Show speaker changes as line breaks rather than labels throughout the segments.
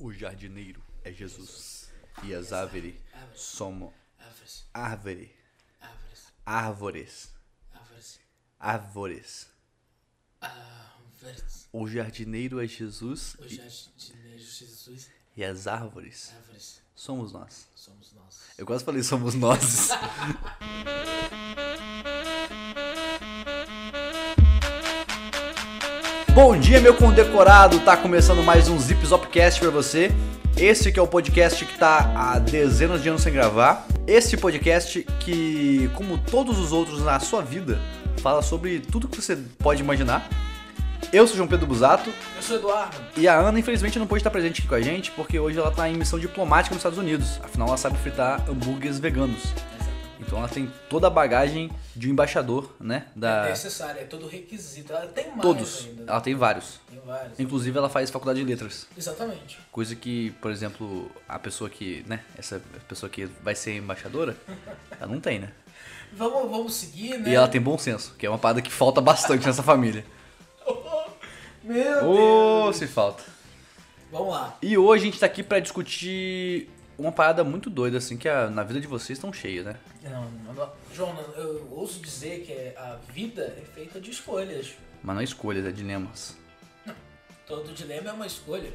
O jardineiro é Jesus. E as árvores somos
Árvores,
árvore,
árvores,
árvores,
árvores,
árvores.
Ah, árvores.
O jardineiro é Jesus
O jardineiro Jesus,
e as árvores
árvores,
somos nós.
somos nós.
Eu quase falei somos nós. Bom dia, meu condecorado! Tá começando mais um Zip Zopcast pra você. Esse que é o podcast que tá há dezenas de anos sem gravar. Esse podcast que, como todos os outros na sua vida, fala sobre tudo que você pode imaginar. Eu sou João Pedro Busato
Eu sou Eduardo.
e a Ana, infelizmente, não pôde estar presente aqui com a gente porque hoje ela tá em missão diplomática nos Estados Unidos. Afinal, ela sabe fritar hambúrgueres veganos. Então ela tem toda a bagagem de um embaixador, né?
É
Da...
necessário, é todo requisito. Ela tem mais
Todos.
ainda. né?
Ela tem vários.
Tem vários.
Inclusive ela faz faculdade de letras.
Exatamente.
Coisa que, por exemplo, a pessoa que, né? Essa pessoa que vai ser embaixadora, ela não tem, né?
Vamos, vamos seguir, né?
E ela tem bom senso, que é uma parada que falta bastante nessa família.
Meu
Ô,
Deus.
se falta.
Vamos lá.
E hoje a gente tá aqui pra discutir uma parada muito doida, assim, que a- na vida de vocês estão cheia, né?
Não, não, não. João, eu ouso dizer que a vida é feita de escolhas.
Mas não é escolhas, é dilemas.
Todo dilema é uma escolha.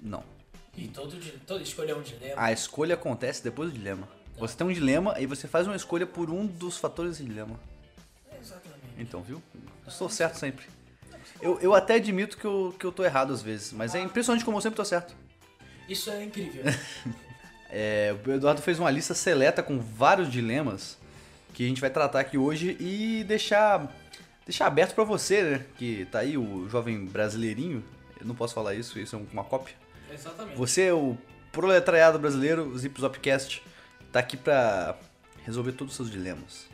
Não.
E todo, di- toda escolha é um dilema.
A escolha acontece depois do dilema. Você tem um dilema e você faz uma escolha por um dos fatores desse dilema.
É, Exatamente.
Então, viu? Eu estou certo sempre. Eu, eu até admito que eu, que eu tô errado às vezes, mas é impressionante como eu sempre tô certo.
Isso é incrível.
É, o Eduardo fez uma lista seleta com vários dilemas que a gente vai tratar aqui hoje e deixar, deixar aberto pra você, né? Que tá aí o jovem brasileirinho. Eu não posso falar isso, isso é uma cópia.
Exatamente.
Você é o proletariado brasileiro, o Zip Zopcast tá aqui pra resolver todos os seus dilemas.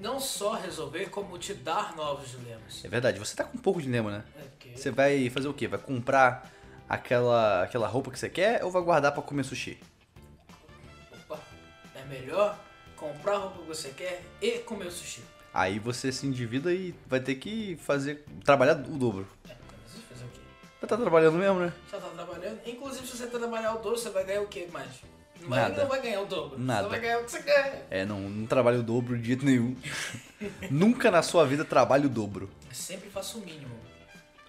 Não só resolver, como te dar novos dilemas.
É verdade, você tá com pouco dilema, né?
É porque
Você vai fazer o quê? Vai comprar aquela, aquela roupa que você quer ou vai guardar pra comer sushi?
opa, é melhor comprar a roupa que você quer e comer o sushi.
Aí você se endivida e vai ter que fazer trabalhar o dobro.
É, mas isso fazer o quê?
Vai estar trabalhando mesmo, né?
Já tá trabalhando. Inclusive, se você trabalhar o dobro, você vai ganhar o quê mais? Não vai-
Nada.
Não vai ganhar o dobro.
Nada.
Você vai ganhar o que você ganha.
É, não, não trabalha o dobro de jeito nenhum. Nunca na sua vida trabalhe o dobro.
Eu sempre faço o mínimo.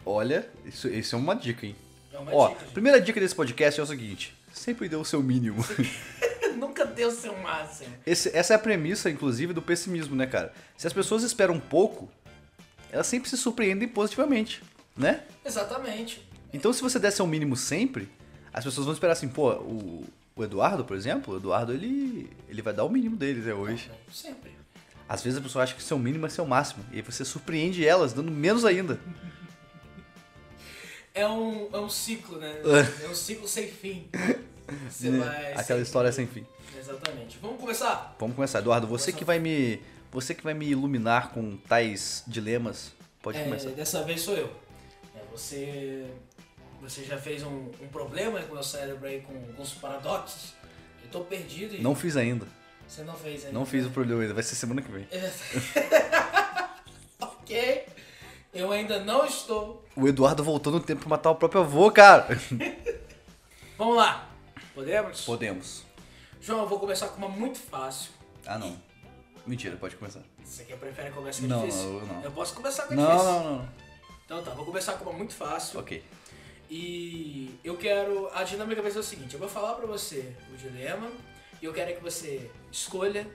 Olha, isso, isso é uma dica, hein?
É uma
Ó,
dica, gente.
primeira dica desse podcast é o seguinte: sempre dê o seu mínimo.
Nunca deu o seu máximo.
Esse- essa é a premissa, inclusive, do pessimismo, né, cara? Se as pessoas esperam pouco, elas sempre se surpreendem positivamente, né?
Exatamente.
Então, se você der seu mínimo sempre, as pessoas vão esperar assim, pô, o, o Eduardo, por exemplo, o Eduardo, ele, ele vai dar o mínimo dele, né, hoje.
Sempre.
Às vezes a pessoa acha que seu mínimo é seu máximo, e aí você surpreende elas dando menos ainda.
É um, é um ciclo, né? É um ciclo sem fim. Você
Né?
vai.
Aquela
sempre-
história sem fim.
Exatamente. Vamos começar?
Vamos começar. Eduardo, você
Começar.
que vai me. Você que vai me iluminar com tais dilemas, pode
É,
começar.
Dessa vez sou eu. É, você, você já fez um, um problema com o meu cérebro aí com, com os paradoxos. Eu tô perdido e
Não fiz ainda.
você não fez ainda.
Não fiz o problema ainda, vai ser semana que vem.
ok. Eu ainda não estou.
O Eduardo voltou no tempo pra matar o próprio avô, cara.
Vamos lá. Podemos?
Podemos.
João, eu vou começar com uma muito fácil.
Ah, não. Mentira, pode começar.
Você quer prefere começar com a
Não,
difícil?
não, eu não.
posso começar com a
Não,
Tá difícil.
não, não. não.
Então tá, vou começar com uma muito fácil.
Ok.
E eu quero. A dinâmica vai ser o seguinte: eu vou falar pra você o dilema e eu quero é que você escolha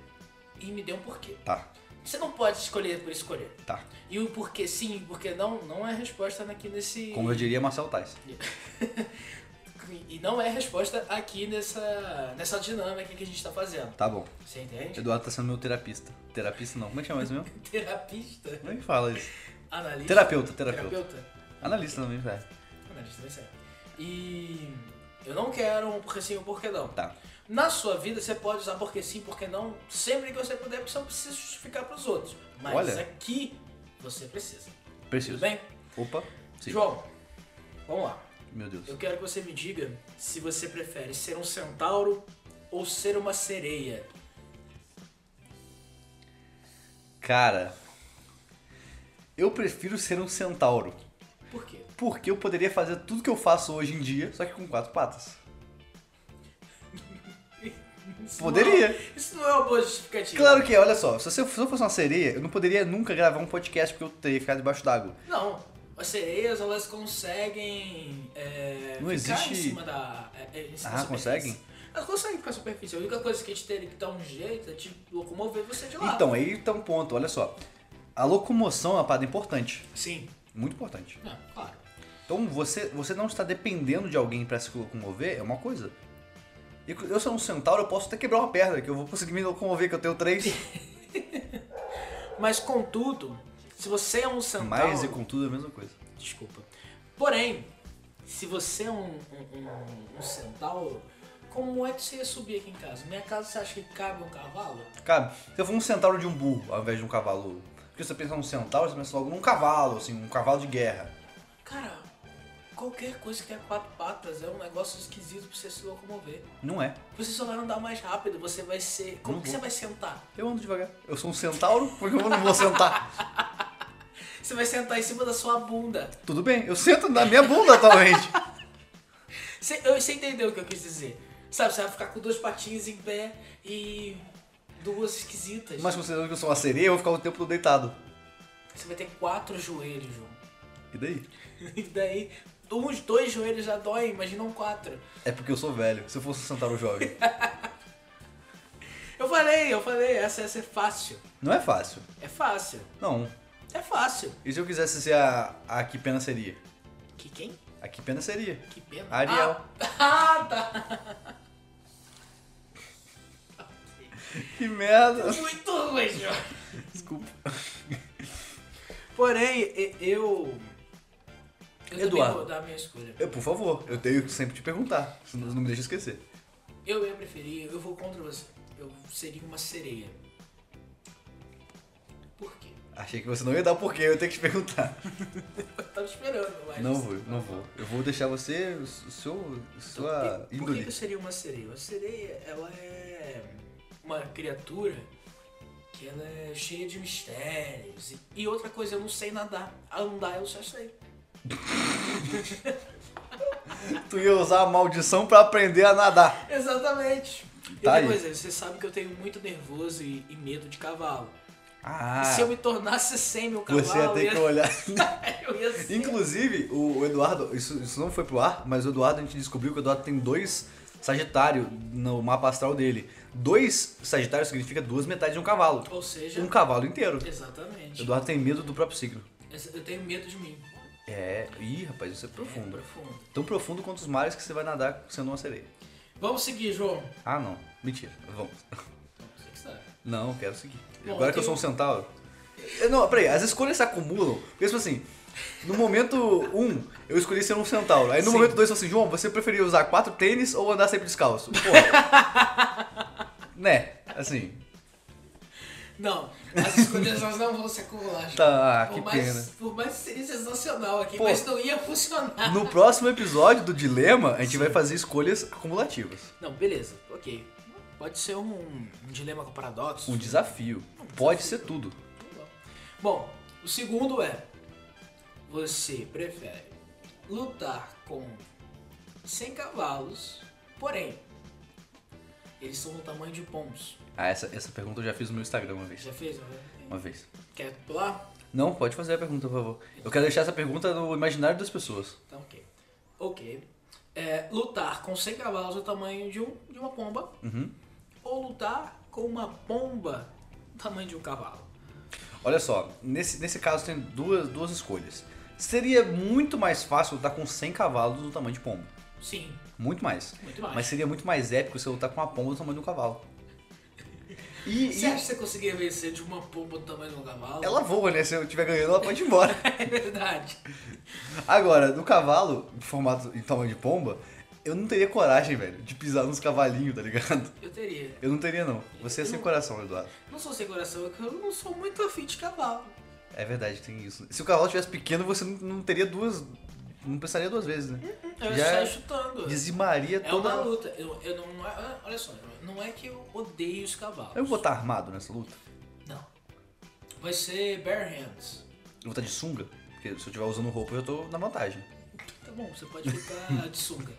e me dê um porquê.
Tá,
Você não pode escolher por escolher.
tá.
E o porquê sim, e o porquê não, não é resposta aqui nesse.
Como eu diria Marcel Tais.
E não é resposta aqui nessa, nessa dinâmica que a gente tá fazendo.
Tá bom.
Você entende?
Eduardo tá sendo meu terapista. Terapista não. Como é que chama isso mesmo?
Terapista,
Como é que fala isso?
analista.
Terapeuta, terapeuta.
Terapeuta.
Analista também, velho.
Analista, vai ser. E eu não quero um porquê sim, um porquê não.
Tá.
Na sua vida você pode usar porque sim, porque não, sempre que você puder, porque você não precisa justificar pros outros. Mas
Olha.
aqui você precisa. Tudo
Preciso.
bem?
Opa. Sim.
João, vamos lá.
Meu Deus.
Eu quero que você me diga se você prefere ser um centauro ou ser uma sereia.
Cara, eu prefiro ser um centauro.
Por quê?
porque eu poderia fazer tudo que eu faço hoje em dia, só que com quatro patas.
Isso não é-
Poderia.
isso não é uma boa justificativa.
Claro que é, olha só, se eu se eu fosse uma sereia, eu não poderia nunca gravar um podcast porque eu teria que ficar debaixo d'água.
Não. As sereias, elas conseguem é,
Não
ficar
existe-
em cima da. É, é, em cima
Ah,
da superfície.
conseguem?
Elas conseguem ficar na superfície. A única coisa que a gente teria que dar um jeito é te locomover você de lá.
Então, aí tá um ponto, olha só. A locomoção é uma parada importante,
Sim.
muito importante.
Não, claro.
Então, você, você não está dependendo de alguém para se locomover, é uma coisa. E Eu sou um centauro, eu posso até quebrar uma perna, que eu vou conseguir me locomover, que eu tenho três.
Mas contudo, se você é um centauro.
Mas e contudo é a mesma coisa.
Desculpa. Porém, se você é um, um, um- um centauro, como é que você ia subir aqui em casa? Minha casa você acha que cabe um cavalo?
Cara, se eu for um centauro de um burro ao invés de um cavalo. Porque se você pensa num centauro, você pensa logo num cavalo, assim, um cavalo de guerra.
Cara, qualquer coisa que tenha quatro patas é um negócio esquisito pra você se locomover.
Não é.
Você só vai andar mais rápido, você vai ser. Como
Não
que
vou.
você vai sentar?
Eu ando devagar. Eu sou um centauro, porque eu não vou sentar.
Você vai sentar em cima da sua bunda.
Tudo bem, eu sento na minha bunda atualmente.
Você, eu- você entendeu o que eu quis dizer? Sabe, você vai ficar com duas patinhas em pé e duas esquisitas.
Mas considerando que eu sou uma sereia, eu vou ficar o tempo todo deitado.
Você vai ter quatro joelhos, João.
E daí?
E daí, uns dois joelhos já doem, imagina um quatro.
É porque eu sou velho. Se eu fosse um centauro jovem.
Eu falei, eu falei, essa, essa é fácil.
Não é fácil.
É fácil.
Não.
É fácil.
E se eu quisesse ser a, a que pena seria?
Que quem?
A que pena seria.
Que pena.
Ariel.
Ah, ah, tá.
Que merda.
Muito ruim, João.
Desculpa.
Porém, e- eu. Eu
Eduardo.
também vou dar a minha escolha.
Eu, por favor, eu tenho que sempre te perguntar. senão Não me deixa esquecer.
Eu ia preferir, eu vou contra você. Eu seria uma sereia. Por quê?
Achei que você não ia dar o porquê, eu tenho que te perguntar.
Eu tava esperando, mas. tá
Não vou, não vou. Eu vou deixar você, o seu,
Então,
sua
por- por que,
índole.
que eu seria uma sereia? Uma sereia, ela é uma criatura que ela é cheia de mistérios. E, e outra coisa, eu não sei nadar. Andar eu só sei.
Tu ia usar a maldição pra aprender a nadar.
Exatamente.
Tá
E outra
aí.
coisa, você sabe que eu tenho muito nervoso e, e medo de cavalo.
Ah,
E se eu me tornasse sem meu cavalo,
você ia ter que
eu
olhar.
ia, eu ia ser...
Inclusive, o o Eduardo, isso, isso não foi pro ar, mas o Eduardo a gente descobriu que o Eduardo tem dois Sagitário no mapa astral dele. Dois Sagitário significa duas metades de um cavalo.
Ou seja,
Um cavalo inteiro. O
exatamente.
Eduardo tem medo do próprio signo.
Essa- Eu tenho medo de mim.
É, ih, rapaz, isso é
É,
profundo.
profundo.
Tão profundo quanto os mares que você vai nadar sendo um uma sereia.
Vamos seguir, João.
Ah, não. Mentira. Vamos.
Você que sabe.
Não, quero seguir.
Bom,
Agora
eu
que eu sou um
tenho-
centauro. Eu- Não, peraí, as escolhas se acumulam. Mesmo assim, no momento 1, um, eu escolhi ser um centauro. Aí no
Sim.
momento 2, eu falei assim, João, você preferia usar quatro tênis ou andar sempre descalço? Porra. né, assim.
Não, as escolhas elas não vão se acumular, João.
Tá, ah, que
por, mais,
pena.
por mais que seria sensacional aqui,
Pô.
mas não ia funcionar.
No próximo episódio do Dilema, a gente vai fazer escolhas acumulativas.
Não, beleza, ok. Pode ser um, um dilema com paradoxo.
Um desafio. Pode ser tudo.
Bom, o segundo é: você prefere lutar com 100 cavalos, porém, eles são do tamanho de pombos.
Ah, essa, essa pergunta eu já fiz no meu Instagram uma vez.
Já fez? né?
Uma vez.
Quer pular?
Não, pode fazer a pergunta, por favor. Eu quero deixar essa pergunta no imaginário das pessoas.
Então, ok. Ok. É, lutar com 100 cavalos do tamanho de, um, de uma pomba,
Uhum.
ou lutar com uma pomba do tamanho de um cavalo.
Olha só, nesse, nesse caso tem duas, duas escolhas. Seria muito mais fácil lutar com 100 cavalos do tamanho de pombo.
Sim,
Muito mais.
muito mais.
Mas seria muito mais épico se eu lutar com uma pomba do tamanho de um cavalo. E, e
Você acha que você conseguiria vencer de uma pomba do tamanho de um cavalo?
ela voa, né? Se eu estiver ganhando, ela pode ir embora.
É verdade.
Agora, do cavalo, em formato em tamanho de pomba, eu não teria coragem, velho, de pisar nos cavalinhos, tá ligado?
Eu teria.
Eu não teria, não. Você é sem coração, Eduardo.
Não sou sem coração, é que eu não sou muito afim de cavalo.
É verdade, tem isso. Se o cavalo tivesse pequeno, você não, não teria duas. Não pensaria duas vezes, né?
Eu
Já
saio chutando.
Dizimaria
Uhum. É
toda.
uma luta. Eu, eu não. ah, Olha só, não é que eu odeio os cavalos.
Eu vou estar armado nessa luta?
Não. Vai ser bare hands.
Eu vou estar de sunga? Porque se eu estiver usando roupa, eu tô na vantagem.
Tá bom, você pode ficar de sunga.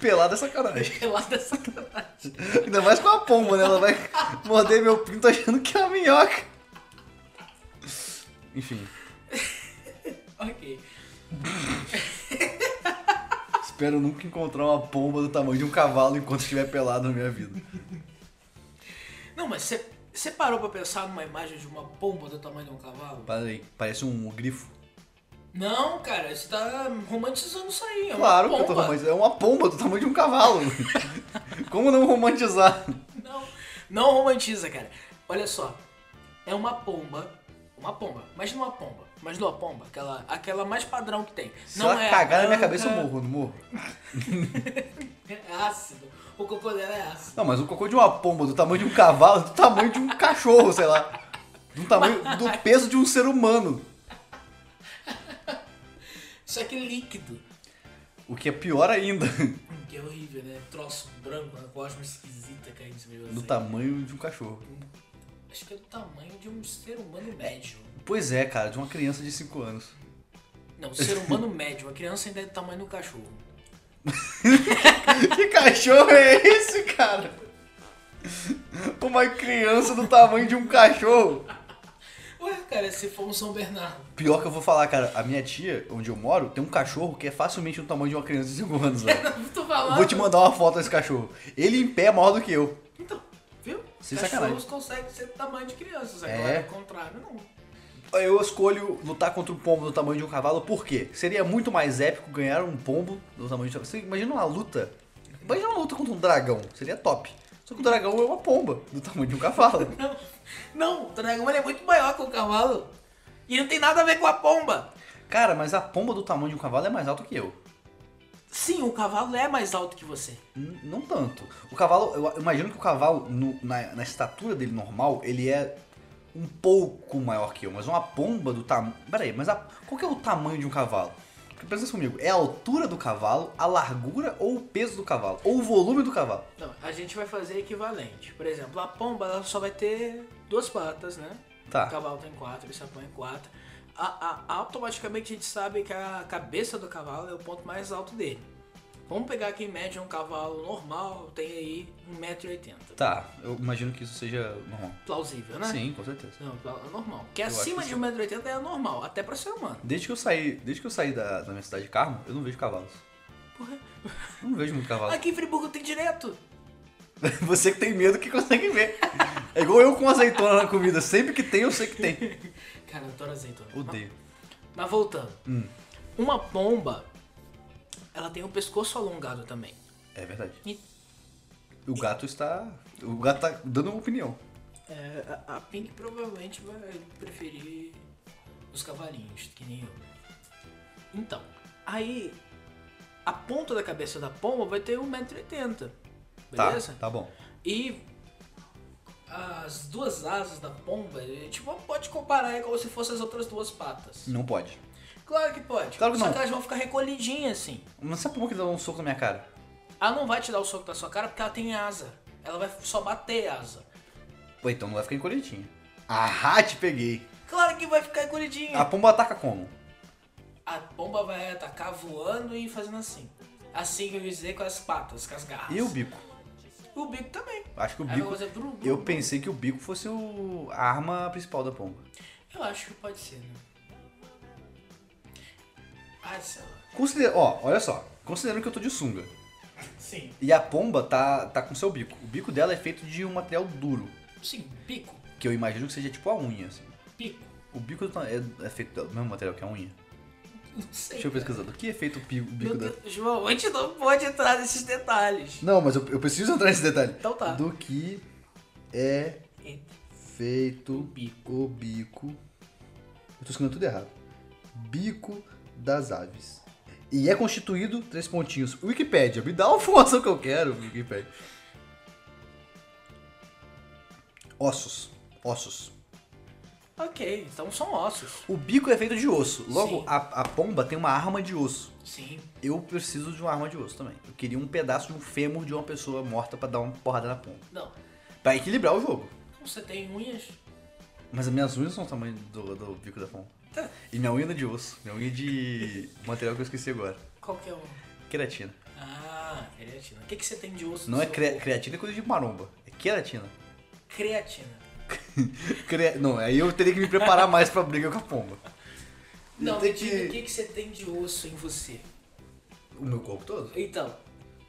Pelado é sacanagem.
Pelada é sacanagem.
Ainda mais com a pomba, né? Ela vai morder meu pinto achando que é uma minhoca. Enfim,
Ok.
espero nunca encontrar uma pomba do tamanho de um cavalo enquanto estiver pelado na minha vida.
Não, mas você- você parou pra pensar numa imagem de uma pomba do tamanho de um cavalo?
Parei, parece um grifo.
Não, cara, você tá romantizando isso aí. É uma
Claro que
pomba.
eu tô romantizando. É uma pomba do tamanho de um cavalo. Como não romantizar?
Não, não romantiza, cara. Olha só, é uma pomba, uma pomba, mas não uma pomba, mas não uma pomba, aquela, aquela mais padrão que tem.
Se
não
ela
é a
cagar na minha
branca,
cabeça, eu morro, não morro.
É ácido, o cocô dela é ácido.
Não, mas o cocô de uma pomba do tamanho de um cavalo, do tamanho de um cachorro, sei lá. Do tamanho, do peso de um ser humano.
Só que é líquido,
O que é pior ainda,
Hum, que é horrível, né? Troço branco, uma gosma esquisita caindo em cima de você.
do tamanho de um cachorro.
Acho que é do tamanho de um ser humano médio.
Pois é, cara, de uma criança de 5 anos.
Não, ser humano médio, a criança ainda é do tamanho do cachorro.
Que cachorro é esse, cara? Uma criança do tamanho de um cachorro.
Ué, cara, se for um São Bernardo.
Pior que eu vou falar, cara, a minha tia, onde eu moro, tem um cachorro que é facilmente do tamanho de uma criança de 5 anos, velho.
Não, tô
Eu
falando.
Vou te mandar uma foto desse cachorro. Ele em pé é maior do que eu.
Então, viu?
Sem
Cachorros
sacanagem.
conseguem ser do tamanho de crianças,
É.
agora é o contrário, não.
Eu escolho lutar contra um pombo do tamanho de um cavalo, por quê? Seria muito mais épico ganhar um pombo do tamanho de um cavalo. Você imagina uma luta. Imagina uma luta contra um dragão. Seria top. Só que o dragão é uma pomba do tamanho de um cavalo.
Não, não, o dragão ele é muito maior que o cavalo. E não tem nada a ver com a pomba.
Cara, mas a pomba do tamanho de um cavalo é mais alta que eu.
Sim, o cavalo é mais alto que você.
N- Não tanto. O cavalo, eu imagino que o cavalo, no- na, na estatura dele normal, ele é um pouco maior que eu, mas uma pomba do tamanho. Peraí, mas a, qual que é o tamanho de um cavalo? Porque Pensa isso comigo, é a altura do cavalo, a largura ou o peso do cavalo? Ou o volume do cavalo?
Não, a gente vai fazer equivalente. Por exemplo, a pomba ela só vai ter duas patas, né? O
Tá.
cavalo tem quatro, ele se apanha em quatro. A- a- automaticamente a gente sabe que a cabeça do cavalo é o ponto mais alto dele. Vamos pegar aqui em média um cavalo normal, tem aí 1,80m.
Tá, eu imagino que isso seja normal.
Plausível, né?
Sim, com certeza.
Não, é normal. Que
Eu
acima
acho
de
que
1,80m é normal, até pra ser humano.
Desde que eu saí, desde que eu saí da, da minha cidade de Carmo, eu não vejo cavalos.
Porra.
Eu não vejo muito cavalo.
Aqui em Friburgo tem direto.
Você que tem medo que consegue ver. É igual eu com azeitona na comida. Sempre que tem, eu sei que tem.
Cara, eu adoro azeitona.
Odeio.
Mas, mas voltando.
Hum.
Uma pomba, ela tem o pescoço alongado também.
É verdade.
E-
O gato está. O gato tá dando uma opinião.
É, a, a Pink provavelmente vai preferir os cavalinhos, que nem eu. Então, aí a ponta da cabeça da pomba vai ter 1,80m. Beleza?
Tá, tá bom.
E as duas asas da pomba, a gente não pode comparar aí como se fossem as outras duas patas.
Não pode.
Claro que pode.
Hum. Claro que
Só
não.
que elas vão ficar recolhidinhas assim.
Mas sabe por que ele dá um soco na minha cara?
Ela não vai te dar o soco na sua cara porque ela tem asa. Ela vai só bater a asa.
Pô, então não vai ficar encolhidinha. Ah, te peguei.
Claro que vai ficar recolhidinha.
A pomba ataca como?
A pomba vai atacar voando e fazendo assim. Assim que eu dizer com as patas, com as garras.
E o bico?
O bico também. é
Acho que o
Aí vai
bico.
fazer brum, brum,
Eu
brum.
pensei que o bico fosse o... a arma principal da pomba.
Eu acho que pode ser, né? Ah, sei lá.
Considera... Ó, olha só. Considerando que eu tô de sunga.
Sim.
E a pomba tá, tá com seu bico. O bico dela é feito de um material duro.
Sim, bico.
Que eu imagino que seja tipo a unha, assim.
Bico.
O bico é, é feito do mesmo material que a unha?
Não sei.
Deixa eu pesquisar. Do que é feito o pi- o bico
Meu
da...
Deus, João, a gente não pode entrar nesses detalhes.
Não, mas eu, eu preciso entrar nesse detalhe.
Então tá.
Do que é
Entre
feito o bico. Eu tô escrevendo tudo errado. Bico das aves. E é constituído, três pontinhos. Wikipedia, me dá uma informação que eu quero, Wikipedia. Ossos. Ossos.
Ok, então são ossos.
O bico é feito de osso. Logo,
Sim.
a, a pomba tem uma arma de osso.
Sim.
Eu preciso de uma arma de osso também. Eu queria um pedaço de um fêmur de uma pessoa morta pra dar uma porrada na pomba.
Não.
Pra equilibrar o jogo.
Você tem unhas?
Mas as minhas unhas são o tamanho do, do bico da pomba.
Tá.
E minha unha não é de osso. Minha unha é de material que eu esqueci agora.
Qual que é o.
Queratina.
Ah, creatina. O que, que você tem de osso? no
Não é
seu
cre-
corpo?
creatina, é coisa de maromba. É queratina.
Creatina.
Cre- Não, aí eu teria que me preparar mais pra briga com a pomba. Eu
Não, me
tenho
diga
que-
o que, que você tem de osso em você.
O meu corpo todo?
Então,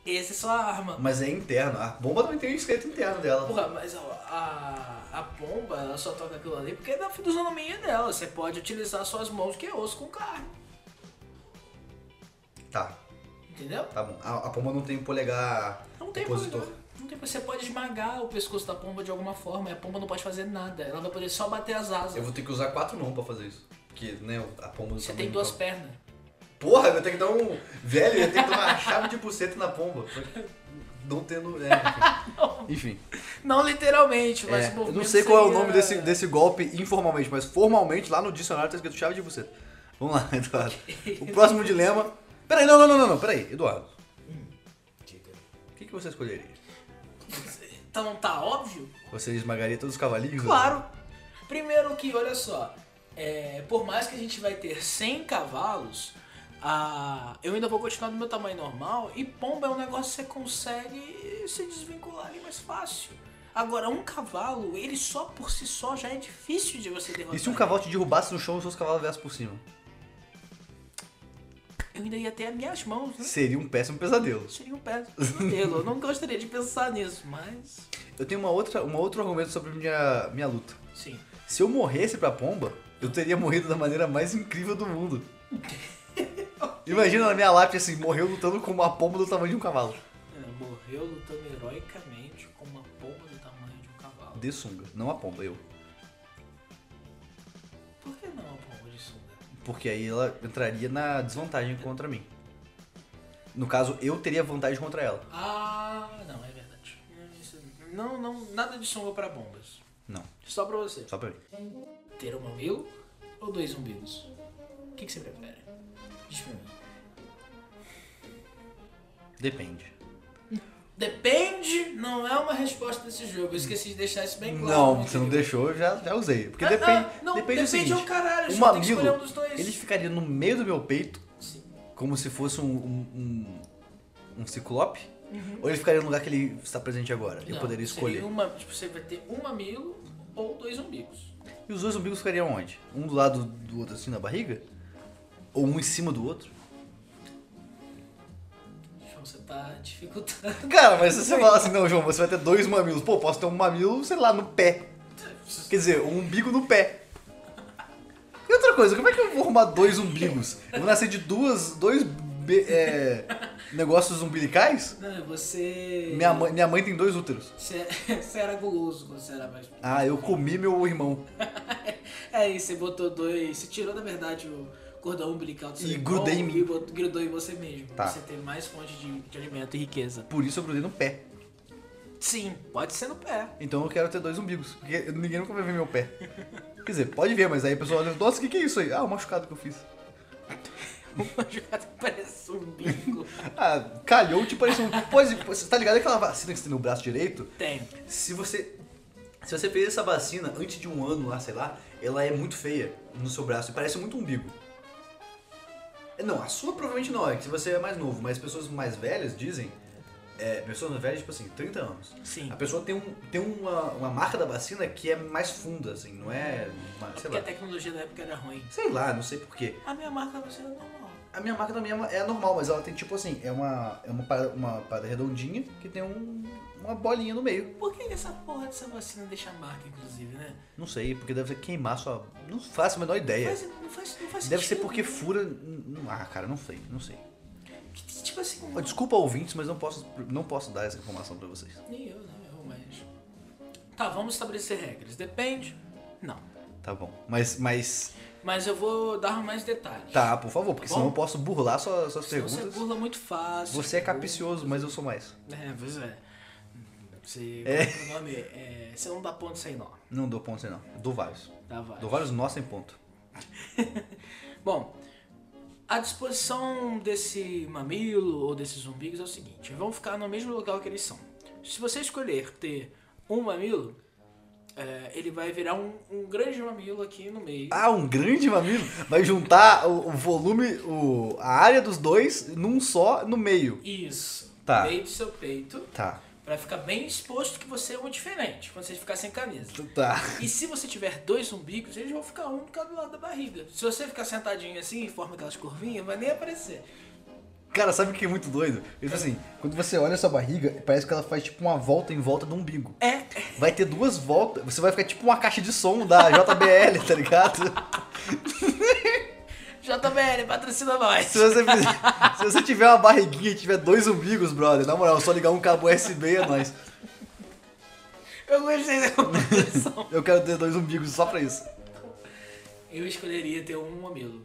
essa é sua arma.
Mas é interno. A bomba também tem um esqueleto interno dela.
Porra, mas ó, a, a pomba, ela só toca aquilo ali porque é da fisionomia dela. Você pode utilizar suas mãos, que é osso com carne.
Tá,
Entendeu?
tá bom. A, a pomba não tem polegar
Não tem
opositor.
problema. Não tem, você pode esmagar o pescoço da pomba de alguma forma, e a pomba não pode fazer nada. Ela vai poder só bater as asas.
Eu vou ter que usar quatro mãos pra fazer isso. Porque, né, a pomba do
Você
tamanho
tem
do
duas
pau.
pernas.
Porra, eu vou ter que dar um. Velho, eu ia ter que dar uma chave de buceta na pomba. porque Não tendo. É, enfim.
Não literalmente, mas
É,
o
eu
movimento
não sei qual é o
seria-
nome desse, desse golpe informalmente, mas formalmente lá no dicionário tá escrito chave de buceta. Vamos lá, Eduardo. O próximo dilema. Peraí, não, não, não, não, não, peraí, Eduardo. O que, que você escolheria?
Então tá óbvio?
Você esmagaria todos os cavalinhos?
Claro. Primeiro que, olha só, é, por mais que a gente vai ter 100 cavalos, ah, eu ainda vou continuar do meu tamanho normal e pomba é um negócio que você consegue se desvincular ali mais fácil. Agora, um cavalo, ele só por si só já é difícil de você derrotar.
E se um cavalo te derrubasse no chão e os seus cavalos viessem por cima?
Eu ainda ia ter as minhas mãos, né?
Seria um péssimo pesadelo.
Seria um péssimo pesadelo. Eu não gostaria de pensar nisso, mas...
Eu tenho uma outra, um outro argumento sobre minha, minha luta.
Sim.
Se eu morresse pra pomba, eu teria morrido da maneira mais incrível do mundo. Imagina na minha lápide assim, morreu lutando com uma pomba do tamanho de um cavalo.
É, morreu lutando heroicamente com uma pomba do tamanho de um cavalo.
De sunga, não a pomba, eu.
Por que não a pomba de sunga?
Porque aí ela entraria na desvantagem contra mim. No caso, eu teria vantagem contra ela.
Ah, não, é verdade. Isso- Não, não, nada de sunga para bombas.
Não,
Só pra você.
só pra mim.
Ter um mamilo ou dois umbigos? O que, que você prefere? Diz pra mim.
Depende.
Depende, não é uma resposta desse jogo. Eu esqueci de deixar isso bem claro. né,
Não,
meu
você não
querido.
deixou, eu já, já usei. Porque
Ah,
depende,
não, não,
depende, do
depende
seguinte.
ao caralho,
o
só tem que
mamilo,
escolher um dos dois.
ele ficaria no meio do meu peito,
Sim.
como se fosse um, um, um, um ciclope. Ou ele ficaria no lugar que ele está presente agora? Eu
Não,
poderia escolher.
seria uma- tipo, você vai ter um mamilo ou dois umbigos.
E os dois umbigos ficariam onde? Um do lado do outro, assim, na barriga? Ou um em cima do outro?
João, você tá dificultando.
Cara, mas se você falar assim, não, João, você vai ter dois mamilos. Pô, posso ter um mamilo, sei lá, no pé. Quer dizer, um umbigo no pé. E outra coisa, como é que eu vou arrumar dois umbigos? Eu vou nascer de duas, dois be- é, negócios umbilicais?
Não, você.
Minha mãe, minha mãe tem dois úteros.
Você, você era guloso quando você era mais
Ah, eu comi meu irmão
É, e você botou dois. Você tirou, na verdade, o cordão umbilical do seu
E
irmão
grudei em mim.
E bot- grudou em você mesmo.
Tá.
Pra Você ter mais fonte de, de alimento e riqueza.
por isso eu grudei no pé.
Sim, pode ser no pé.
Então eu quero ter dois umbigos, porque ninguém nunca vai ver meu pé. Quer dizer, pode ver, mas aí o pessoal olha, nossa, o que, que é isso aí? Ah, o machucado que eu fiz.
Uma jogada que parece um bico.
Ah, calhou, tipo, parece um... Pois, você tá ligado aquela vacina que você tem no braço direito?
Tem.
Se você... Se você fez essa vacina antes de um ano lá, sei lá, ela é muito feia no seu braço e parece muito umbigo. É, Não, a sua provavelmente não, é que você é mais novo, mas pessoas mais velhas dizem... É, pessoas mais velhas, tipo assim, 30 anos.
Sim.
A pessoa tem, um, tem uma, uma marca da vacina que é mais funda, assim, não é... uma- sei
Porque
lá.
a tecnologia da época era ruim.
Sei lá, não sei porquê.
A minha marca vai ser normal.
A minha marca também é uma- é normal, mas ela tem tipo assim, é uma, é uma, parada, uma parada redondinha que tem um, uma bolinha no meio.
Por que essa porra dessa vacina deixa marca, inclusive, né?
Não sei, porque deve queimar sua... Não faço a menor ideia.
Faz- não faz, não faz
É. Deve ser
sentido.
porque fura... não- Ah, cara, não sei, não sei.
Que, tipo assim.
Ó, Desculpa, ouvintes, mas não posso, não posso dar essa informação pra vocês.
Nem eu, nem eu, mas. Tá, vamos estabelecer regras. Depende? Não.
Tá bom. Mas, mas...
Mas eu vou dar mais detalhes.
Tá, por favor, porque
Bom.
senão eu posso burlar sua- suas
Senão
perguntas.
Você burla muito fácil.
Você é capicioso, mas eu sou mais.
É, pois é. Você.
É.
qual que é o nome? É, você não dá ponto sem nó.
Não dou ponto, não. Dou vários.
Dá vai.
Dou vários nós sem ponto.
Bom, a disposição desse mamilo ou desses umbigos é o seguinte: vão ficar no mesmo local que eles são. Se você escolher ter um mamilo, é, ele vai virar um, um grande mamilo aqui no meio.
Ah, um grande mamilo? Vai juntar o, o volume, o, a área dos dois num só, no meio.
Isso.
Tá.
Meio do seu peito.
Tá.
Pra ficar bem exposto que você é um diferente, quando você ficar sem camisa.
Tá.
E se você tiver dois umbigos, eles vão ficar um de cada lado da barriga. Se você ficar sentadinho assim, em forma aquelas curvinhas, vai nem aparecer.
Cara, sabe o que é muito doido? Ele fala assim, quando você olha a sua barriga, parece que ela faz tipo uma volta em volta do umbigo.
É,
Vai ter duas voltas, você vai ficar tipo uma caixa de som da JBL, tá ligado?
JBL, patrocina nós.
Se você, fizer- se você tiver uma barriguinha e tiver dois umbigos, brother, na moral, só ligar um cabo USB é nóis.
Eu gostei da competição.
Eu quero ter dois umbigos só pra isso.
Eu escolheria ter um mamilo.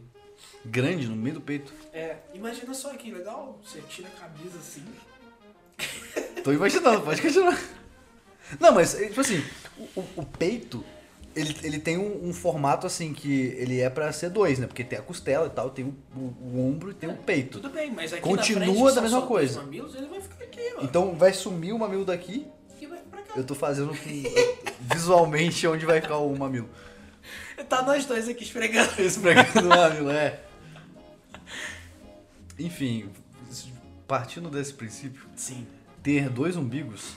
Grande, no meio do peito.
É, imagina só que legal. Você tira a camisa assim.
Tô imaginando, pode continuar. Não, mas, é, tipo assim, o, o- o peito, ele, ele tem um, um formato assim que ele é pra ser dois, né? Porque tem a costela e tal, tem o, o- o ombro e tem o peito.
Tudo bem, mas aqui
Continua
na
da
frente, são
mesma
só dois
coisa.
Mamilos, ele vai ficar aqui, ó.
Então vai sumir o mamilo daqui,
E vai pra cá.
eu tô fazendo com- visualmente onde vai ficar o mamilo.
Tá nós dois aqui esfregando.
Esfregando o mamilo, é. Enfim, partindo desse princípio,
Sim.
ter dois umbigos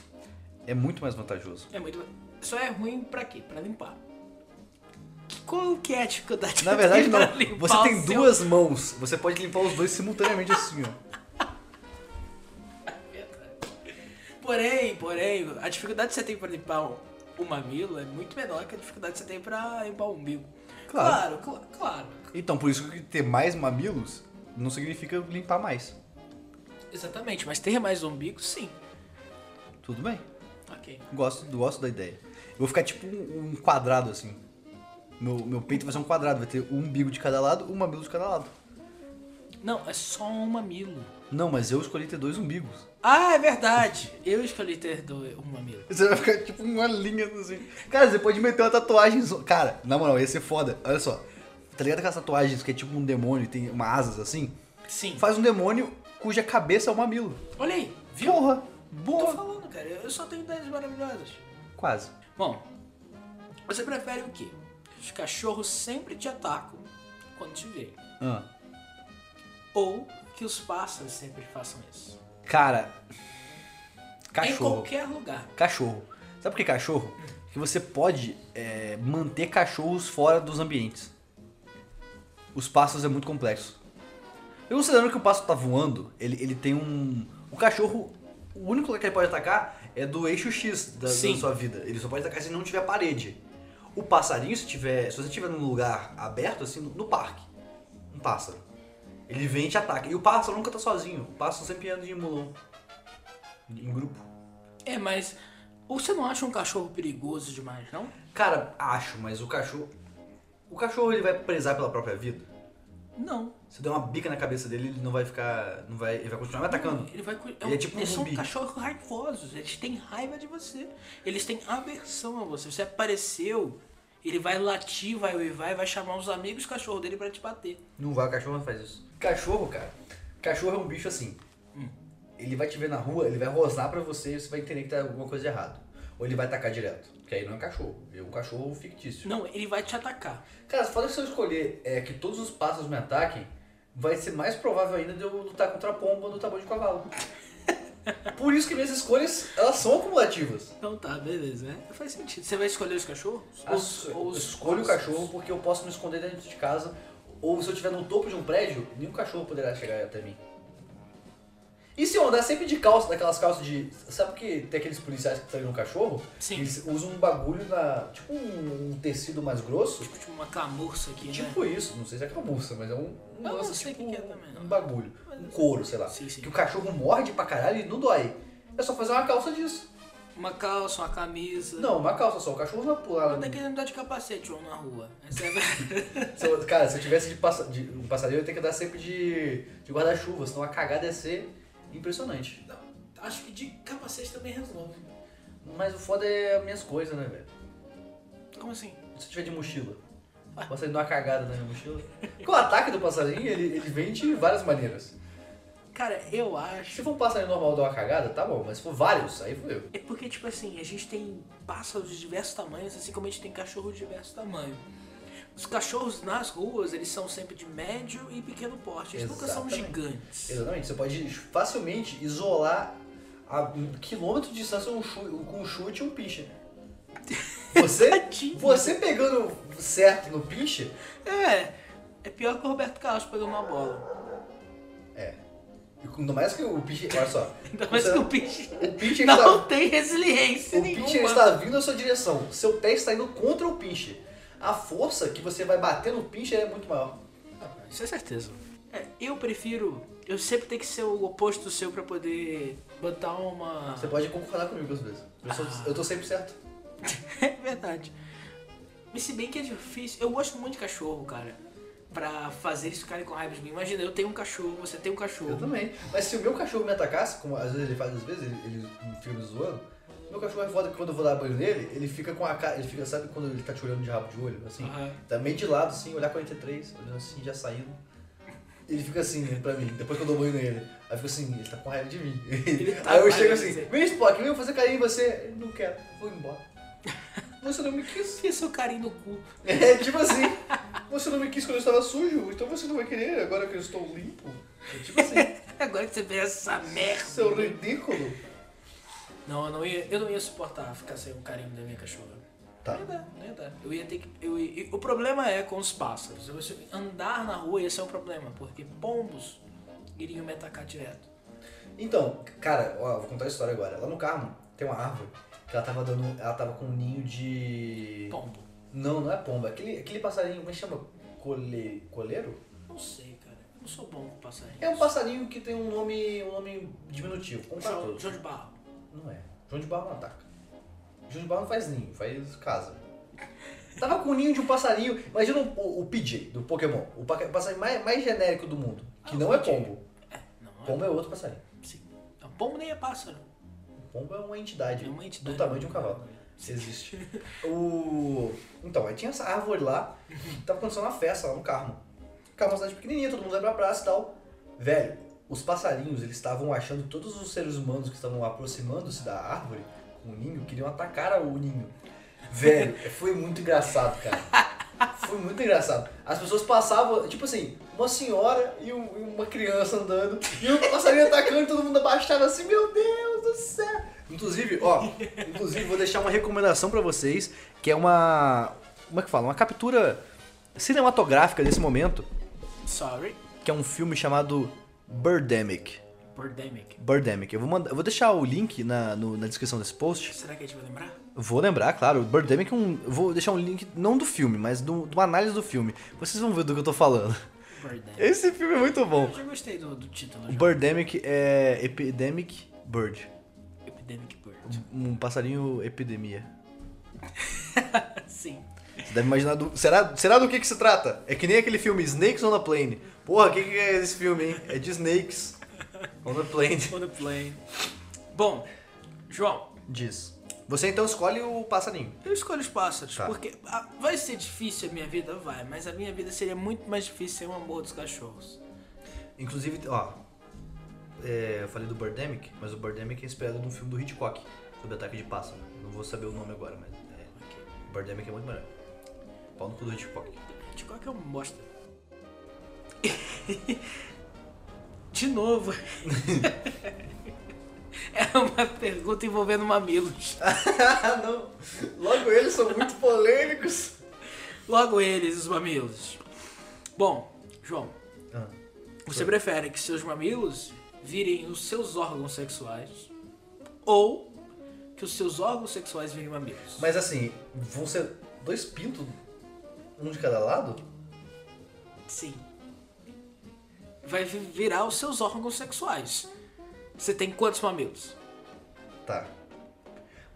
é muito mais vantajoso.
É muito. Só é ruim pra quê? Pra limpar. Que- Qual que é a dificuldade?
Na
que
verdade,
tem
não.
pra limpar
Você
o
tem
seu-
duas mãos. Você pode limpar os dois simultaneamente assim, ó.
Porém, porém, a dificuldade que você tem pra limpar o, o mamilo é muito menor que a dificuldade que você tem pra limpar o umbigo.
Claro.
Claro, cla- claro.
Então, por isso que ter mais mamilos não significa limpar mais.
Exatamente, mas ter mais um umbigo, sim.
Tudo bem.
Ok.
Gosto, gosto da ideia. Eu vou ficar tipo um, um quadrado assim. Meu, meu peito vai ser um quadrado. Vai ter um umbigo de cada lado, um mamilo de cada lado.
Não, é só um mamilo.
Não, mas eu escolhi ter dois umbigos.
Ah, é verdade. Eu escolhi ter dois, um mamilo.
Você vai ficar tipo uma linha assim. Cara, você pode meter uma tatuagem. só- Cara, na moral, ia ser foda. Olha só. Tá ligado aquelas tatuagens que é tipo um demônio e tem uma asas assim?
Sim.
Faz um demônio cuja cabeça é um mamilo.
Olha aí, viu?
Porra!
Tô
Boa!
falando, cara. Eu só tenho ideias maravilhosas.
Quase.
Bom, você prefere o quê? Os cachorros sempre te atacam quando te veem.
Ah.
Ou que os pássaros sempre façam isso.
Cara.
Em
Cachorro.
qualquer lugar.
Cachorro. Sabe por que cachorro? Que você pode é, manter cachorros fora dos ambientes. Os pássaros é muito complexo. Eu considero que o pássaro tá voando, ele, ele tem um. O cachorro, o único lugar que ele pode atacar é do eixo X da, da
Sim.
sua vida. Ele só pode atacar se não tiver parede. O passarinho, se tiver. Se você tiver num lugar aberto, assim, no, no parque. Um pássaro. Ele vem e te ataca. E o pássaro nunca tá sozinho. O pássaro sempre anda em mulão. Em grupo.
É, mas ou você não acha um cachorro perigoso demais, não?
Cara, acho, mas o cachorro. O cachorro ele vai prezar pela própria vida.
Não.
Se der uma bica na cabeça dele, ele não vai ficar. Não vai, ele vai continuar me atacando.
Ele vai cu- é
Tá Ele é
um-
tipo um
eles são
zumbi.
cachorros raivosos, eles têm raiva de você. Eles têm aversão a você. Você apareceu, ele vai latir, vai uivar e vai chamar os amigos do cachorro dele pra te bater.
Não vai, o cachorro não faz isso. Cachorro, cara. Cachorro é um bicho assim. Ele vai te ver na rua, ele vai rosnar pra você e você vai entender que tá alguma coisa errada. Ou ele vai atacar direto. Que aí não é um cachorro. É um cachorro fictício.
Não, ele vai te atacar.
Cara, foda que se eu escolher é, que todos os pássaros me ataquem, vai ser mais provável ainda de eu lutar contra a pomba no tamanho de cavalo. Por isso que minhas escolhas, elas são acumulativas.
Então tá, beleza, né? Faz sentido. Você vai escolher os cachorros?
Eu Ah, eu escolho o cachorro porque eu posso me esconder dentro de casa. Ou se eu estiver no topo de um prédio, nenhum cachorro poderá chegar até mim. E se eu andar sempre de calça, daquelas calças de. Sabe que tem aqueles policiais que treinam um cachorro?
Sim.
Eles usam um bagulho na. Tipo um, um tecido mais grosso.
Tipo, tipo uma camurça aqui, né?
Tipo isso, não sei se é camurça, mas é um. um
Eu não
lance,
sei o
tipo,
que que é também, não. é
Um bagulho. Um couro, sei lá.
Sim, sim.
Que o cachorro morde pra caralho e não dói. É só fazer uma calça disso.
Uma calça, uma camisa.
Não, uma calça só. O cachorro não vai pular.
Mas é daquele não dá de capacete, João, na rua. Essa é a verdade.
Se eu- cara, se eu tivesse de, passa, de um passarinho, eu ia ter que andar sempre de, de guarda-chuva, senão a cagada ia ser impressionante.
Acho que de capacete também resolve.
Mas o foda é as minhas coisas, né, velho?
Como assim?
Se eu tiver de mochila, o passarinho dá uma cagada na minha mochila. Porque o ataque do passarinho, ele, ele vem de várias maneiras.
Cara, eu acho.
Se for um passarinho normal dar uma cagada, tá bom, mas se for vários, aí fodeu.
É porque, tipo assim, a gente tem pássaros de diversos tamanhos, assim como a gente tem cachorros de diversos tamanhos. Os cachorros nas ruas, eles são sempre de médio e pequeno porte. Eles nunca são
Exatamente.
gigantes.
Exatamente, você pode facilmente isolar a um quilômetro de distância um chu- com um chute e um pinche. Você,
Tadinho.
você pegando certo no pinche,
É, é pior que o Roberto Carlos pegando uma bola.
ainda mais que o pinche. Olha só.
Ainda mais
Você-
que o bicho
O pinche ele
não
tá-
tem resiliência
o
nenhuma.
pinche ele está vindo na sua direção. Seu pé está indo contra o pinche. A força que você vai bater no pinche é muito maior.
Isso é certeza. eu prefiro. Eu sempre tenho que ser o oposto do seu pra poder botar uma.
Você pode concordar comigo às vezes. Eu, sou, eu tô sempre certo.
É verdade. Mas se bem que é difícil. Eu gosto muito de cachorro, cara. Pra fazer eles ficarem com raiva de mim. Imagina, eu tenho um cachorro, você tem um
Eu
cachorro.
também. Mas se o meu cachorro me atacasse, como às vezes ele faz, às vezes ele, ele fica me zoando, meu cachorro é foda que quando eu vou dar banho nele, ele fica com a cara, ele fica, sabe quando ele tá te olhando de rabo de olho, assim?
Aham.
Tá meio de lado, assim, olhar 43, olhando assim, já saindo. Ele fica assim, né, pra mim, depois que eu dou banho nele. Aí fica assim, ele tá com raiva de mim.
tá
Aí eu
com
chego
raiva
assim,
de você.
vem Spock, vem fazer carinho em você. Ele, Não quero, vou embora. Você não me quis.
Fiz seu carinho no cu.
É, tipo assim, você não me quis quando eu estava sujo, então você não vai querer agora que eu estou limpo. É tipo assim.
Agora que você vê essa merda.
Seu ridículo.
Não, eu não ia, eu não ia suportar ficar sem um carinho da minha cachorra.
Tá.
Não ia dar, não ia dar. Eu ia ter que. Eu ia- o problema é com os pássaros. Eu ia- andar na rua ia ser um problema, porque pombos iriam me atacar direto.
Então, cara, ó, vou contar a história agora. Lá no Carmo tem uma árvore que ela tava dando. Ela tava com um ninho de.
Pombo.
Não, não é pomba. Aquele, aquele passarinho, como é que chama? Cole, coleiro?
Não sei, cara. Eu não sou bom com passarinhos.
É um passarinho que tem um nome. um nome diminutivo. Como pra
João,
todos.
João de Barro.
Não é. João de Barro não ataca. João de Barro não faz ninho, faz casa. Tava com o ninho de um passarinho. Imagina o, o PJ do Pokémon. O pa- passarinho mais, mais genérico do mundo. Que
Ah,
não é
PJ.
pombo.
Não, não é
Pombo é outro passarinho.
Sim. Não, pombo nem é pássaro.
Pombo é uma entidade.
É uma entidade.
Do tamanho de um cavalo. Se existe. O... Então, aí tinha essa árvore lá, tava acontecendo uma festa lá no Carmo. Carmo é uma cidade pequenininha, todo mundo vai pra praça e tal. Velho, os passarinhos, eles estavam achando que todos os seres humanos que estavam aproximando-se da árvore com o ninho, queriam atacar o ninho. Velho, foi muito engraçado, cara. Foi muito engraçado. As pessoas passavam, tipo assim, uma senhora e, um- e uma criança andando, e o passarinho atacando, e todo mundo abaixava assim, meu Deus do céu. Inclusive, ó, inclusive vou deixar uma recomendação pra vocês, que é uma, como é que fala, uma captura cinematográfica desse momento,
Sorry.
que é um filme chamado Birdemic.
Birdemic.
Birdemic. Eu vou, mandar, eu vou deixar o link na, no- na descrição desse post.
Será que a gente vai lembrar?
Vou lembrar, claro. O Birdemic é um. Vou deixar um link, não do filme, mas do, de uma análise do filme. Vocês vão ver do que eu tô falando.
Birdemic.
Esse filme é muito bom.
Eu já gostei do, do título.
O
já.
Birdemic é Epidemic Bird.
Epidemic Bird.
Um passarinho epidemia.
Sim.
Você deve imaginar do. Será, será do que, que se trata? É que nem aquele filme Snakes on a Plane. Porra, o que, que é esse filme, hein? É de Snakes on a Plane.
On the plane. Bom, João,
Diz. Você então escolhe o passarinho.
eu escolho os pássaros,
Tá.
porque ah, vai ser difícil a minha vida, vai, mas a minha vida seria muito mais difícil sem o amor dos cachorros.
Inclusive, ó. é, eu falei do Birdemic, mas o Birdemic é inspirado num filme do Hitchcock, sobre ataque de pássaro. Não vou saber o nome agora, mas. É, o Birdemic é muito melhor. Pau no cu do Hitchcock.
Hitchcock é um bosta. De novo. é uma pergunta envolvendo mamilos.
Ah, não! Logo eles são muito polêmicos!
Logo eles, os mamilos. Bom, João,
Ah,
você prefere que seus mamilos virem os seus órgãos sexuais ou que os seus órgãos sexuais virem mamilos?
mas assim, vão ser dois pintos, um de cada lado?
Sim. Vai vi- virar os seus órgãos sexuais. Você tem quantos mamilos?
Tá.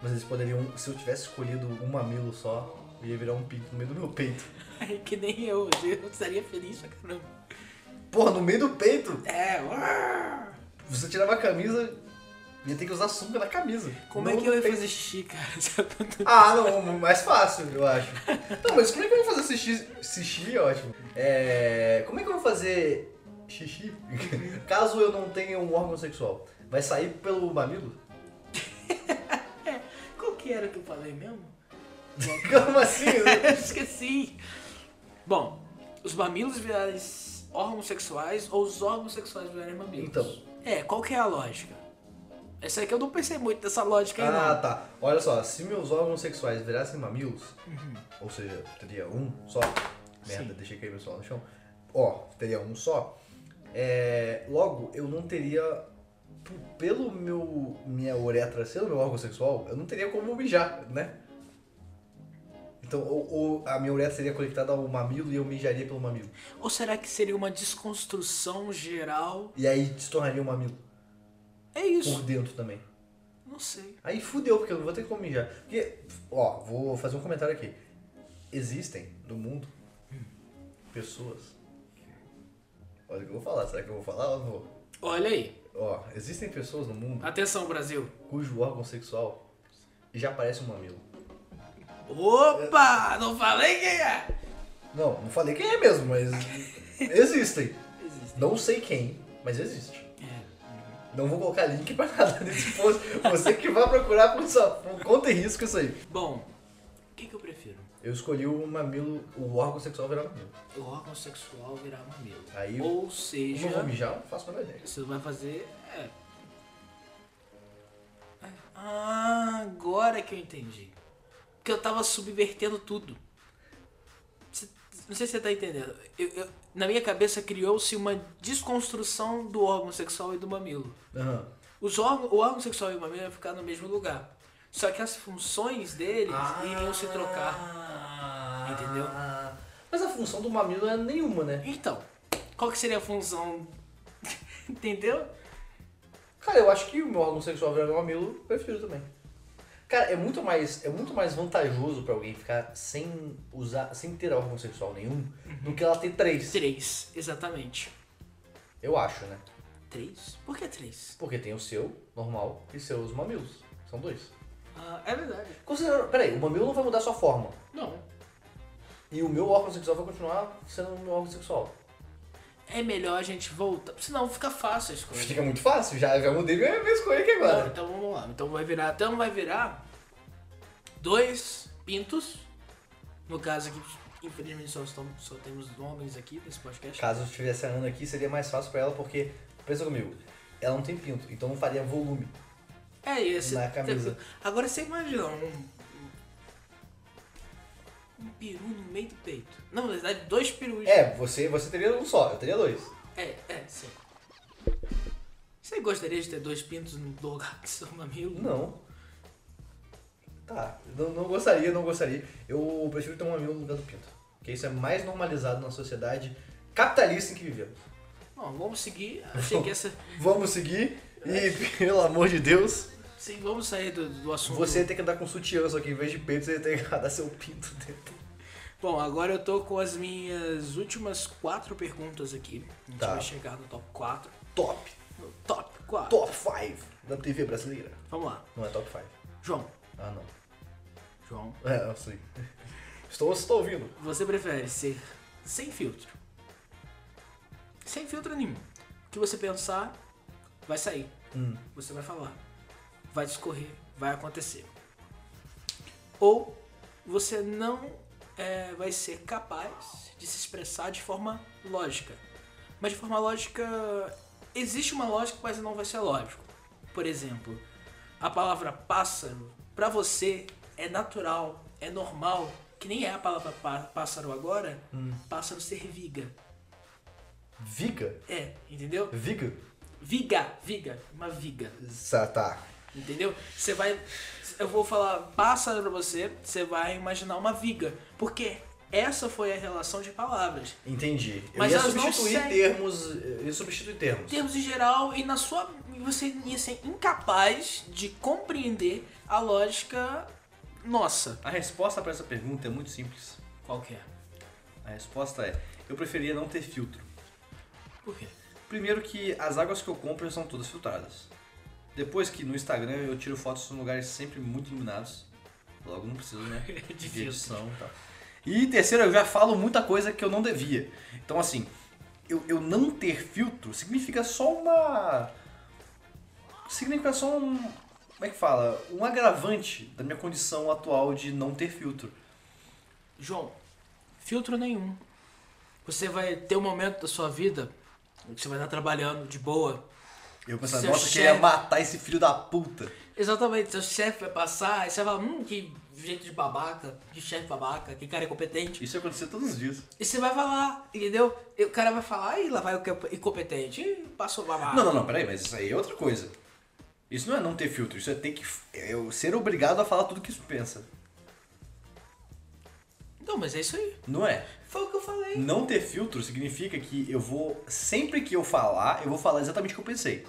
Mas eles poderiam. Se eu tivesse escolhido um mamilo só, eu ia virar um pinto no meio do meu peito.
Ai, que nem eu, eu estaria feliz pra caramba.
Porra, no meio do peito!
É, uar.
Você tirava a camisa, ia ter que usar sunga na camisa.
como
Não
é que eu ia
tem-
fazer xixi, cara? Sabe?
Ah, não, mais fácil, eu acho. Não, mas como é que eu vou fazer xixi? Xixi é ótimo. É. Como é que eu vou fazer xixi, caso eu não tenha um órgão sexual, vai sair pelo mamilo?
Qual que era que eu falei mesmo?
Como assim?
Esqueci. Bom, os mamilos virarem órgãos sexuais ou os órgãos sexuais virarem mamilos.
Então.
É, qual que é a lógica? Essa aqui eu não pensei muito nessa lógica aí,
ah,
não.
tá. Olha só, se meus órgãos sexuais virassem mamilos, ou seja, teria um só. Merda,
Sim.
deixei cair meu celular no chão. Ó, teria um só. É, logo, eu não teria. p- Pelo meu. Minha uretra ser o meu órgão sexual, eu não teria como mijar, né? Então, ou, ou a minha uretra seria conectada ao mamilo e eu mijaria pelo mamilo.
Ou será que seria uma desconstrução geral?
E aí se tornaria um mamilo
É isso.
por dentro também.
Não sei.
Aí fudeu, porque eu não vou ter como mijar. Porque, ó, vou fazer um comentário aqui. Existem no mundo pessoas. Olha o que eu vou falar. Será que eu vou falar? Eu vou.
Olha aí.
Ó, existem pessoas no mundo
Atenção, Brasil.
cujo órgão sexual já parece um mamilo.
Opa! Não falei quem é!
Não, não falei quem é mesmo, mas existem.
Existe.
Não sei quem, mas existe.
É.
Não vou colocar link pra nada nesse post. Você que vai procurar por sua por conta e risco isso aí.
Bom, o que, que eu prefiro?
Eu escolhi o mamilo, o órgão sexual virar mamilo.
O órgão sexual virar mamilo.
Aí
Ou
Eu não vou
seja,
mijar, não faço a menor ideia.
você vai fazer. É. Ah, agora que eu entendi. Porque eu tava subvertendo tudo. Você- Não sei se você tá entendendo. Eu- eu- na minha cabeça criou-se uma desconstrução do órgão sexual e do mamilo.
Aham.
Os órgãos, o órgão sexual e o mamilo iam ficar no mesmo lugar. Só que as funções deles
Ah.
iriam se trocar. Entendeu?
Mas a função do mamilo não é nenhuma, né?
Então, qual que seria a função? Entendeu?
Cara, eu acho que o meu órgão sexual virar meu mamilo, eu prefiro também. Cara, é muito mais, é muito mais vantajoso pra alguém ficar sem usar, sem ter órgão sexual nenhum, do que ela ter três.
Três, exatamente.
Eu acho, né?
Três? Por que três?
Porque tem o seu, normal, e seus mamilos. São dois.
Ah, é verdade.
Considerando, peraí, o mamilo não vai mudar sua forma.
Não.
E o meu órgão sexual vai continuar sendo o meu órgão sexual.
É melhor a gente voltar, senão fica fácil a escolha.
Fica muito fácil, já, já mudei minha minha escolha aqui
Não,
agora.
então vamos lá. Então vai virar, então vai virar dois pintos. No caso aqui, infelizmente só, estão- só temos homens aqui nesse podcast.
Caso tivesse a Ana aqui, seria mais fácil pra ela, porque, pensa comigo, ela não tem pinto, então não faria volume.
É esse.
Na camisa.
Agora você imagina um. Um peru no meio do peito. Não, na verdade, dois perus.
É, você, você teria um só, eu teria dois.
É, é, sim. Você gostaria de ter dois pintos no lugar que são mamilo?
Não. Tá, não, não gostaria, não gostaria. Eu prefiro ter um mamilo no lugar do pinto. Porque isso é mais normalizado na sociedade capitalista em que vivemos.
Não, vamos seguir. Achei que essa.
Vamos seguir e, pelo amor de Deus,
Sim, vamos sair do, do assunto.
você tem que andar com sutiã, só que em vez de peito, você tem que dar seu pinto dentro.
Bom, agora eu tô com as minhas últimas quatro perguntas aqui. A gente
Tá.
vai chegar no top 4.
Top,
No top 4.
top 5 da TV brasileira.
Vamos lá.
Não é top 5.
João.
Ah, não.
João.
É, eu sei. Estou, estou ouvindo.
Você prefere ser sem filtro? Sem filtro nenhum. O que você pensar vai sair.
Hum.
Você vai falar. Vai discorrer. Vai acontecer. Ou você não é, vai ser capaz de se expressar de forma lógica. Mas de forma lógica. Existe uma lógica, mas não vai ser lógico. Por exemplo, a palavra pássaro, pra você, é natural, é normal, que nem é a palavra pá- pássaro agora, pássaro ser viga.
Viga?
É, entendeu?
Viga?
Viga, viga, uma viga.
Tá, tá.
Entendeu? Você vai. Eu vou falar pássaro pra você, você vai imaginar uma viga. Porque essa foi a relação de palavras.
Entendi. Eu
Mas
ia
elas não
substituir
seguem.
termos. Eu ia substituir
Em
termos.
termos em geral, e na sua. Você ia ser incapaz de compreender a lógica nossa.
A resposta pra essa pergunta é muito simples.
Qual que é?
A resposta é: eu preferia não ter filtro.
Por quê?
Primeiro que as águas que eu compro já são todas filtradas. Depois que no Instagram eu tiro fotos em lugares sempre muito iluminados. Logo não preciso, né?
De
De
filtro.
edição e tal. E terceiro, eu já falo muita coisa que eu não devia. Então assim,
eu, eu não ter filtro significa só uma. Significa só um. Como é que fala? Um agravante da minha condição atual de não ter filtro.
João, filtro nenhum. Você vai ter um momento da sua vida que você vai estar trabalhando de boa.
Eu pensava,
Seu
nossa, eu
chefe-
queria matar esse filho da puta.
Exatamente, seu chefe vai passar, aí você vai falar, hum, que jeito de babaca, que chefe babaca, que cara incompetente.
Isso acontecia todos os dias.
E você vai falar, entendeu? E o cara vai falar, e lá vai o que é incompetente, e passou babaca.
Não, não, não, peraí, mas isso aí é outra coisa. Isso não é não ter filtro, isso é ter que. é eu ser obrigado a falar tudo que isso pensa.
Então, mas é isso aí.
Não é?
Foi o que eu falei.
Não ter filtro significa que eu vou. Sempre que eu falar, eu vou falar exatamente o que eu pensei.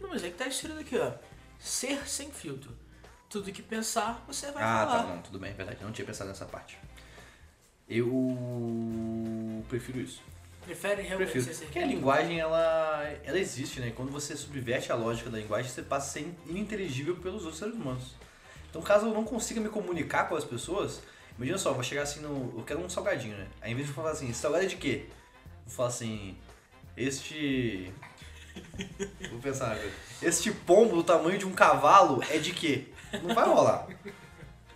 Não, mas é que tá escrito aqui, ó. Ser sem filtro. Tudo que pensar, você vai
ah,
falar.
tá, não, tudo bem, é verdade. Eu não tinha pensado nessa parte. Eu prefiro isso.
Prefere realmente
Prefiro. é
ser sem
Porque a linguagem, ela, ela existe, né? Quando você subverte a lógica da linguagem, você passa a ser ininteligível pelos outros seres humanos. Então, caso eu não consiga me comunicar com as pessoas, imagina só, eu vou chegar assim no. Eu quero um salgadinho, né? Aí, em vez de eu falar assim, "Esse salgado é de quê? Eu Vou falar assim, este. Vou pensar agora. Este pombo do tamanho de um cavalo é de quê? Não vai rolar.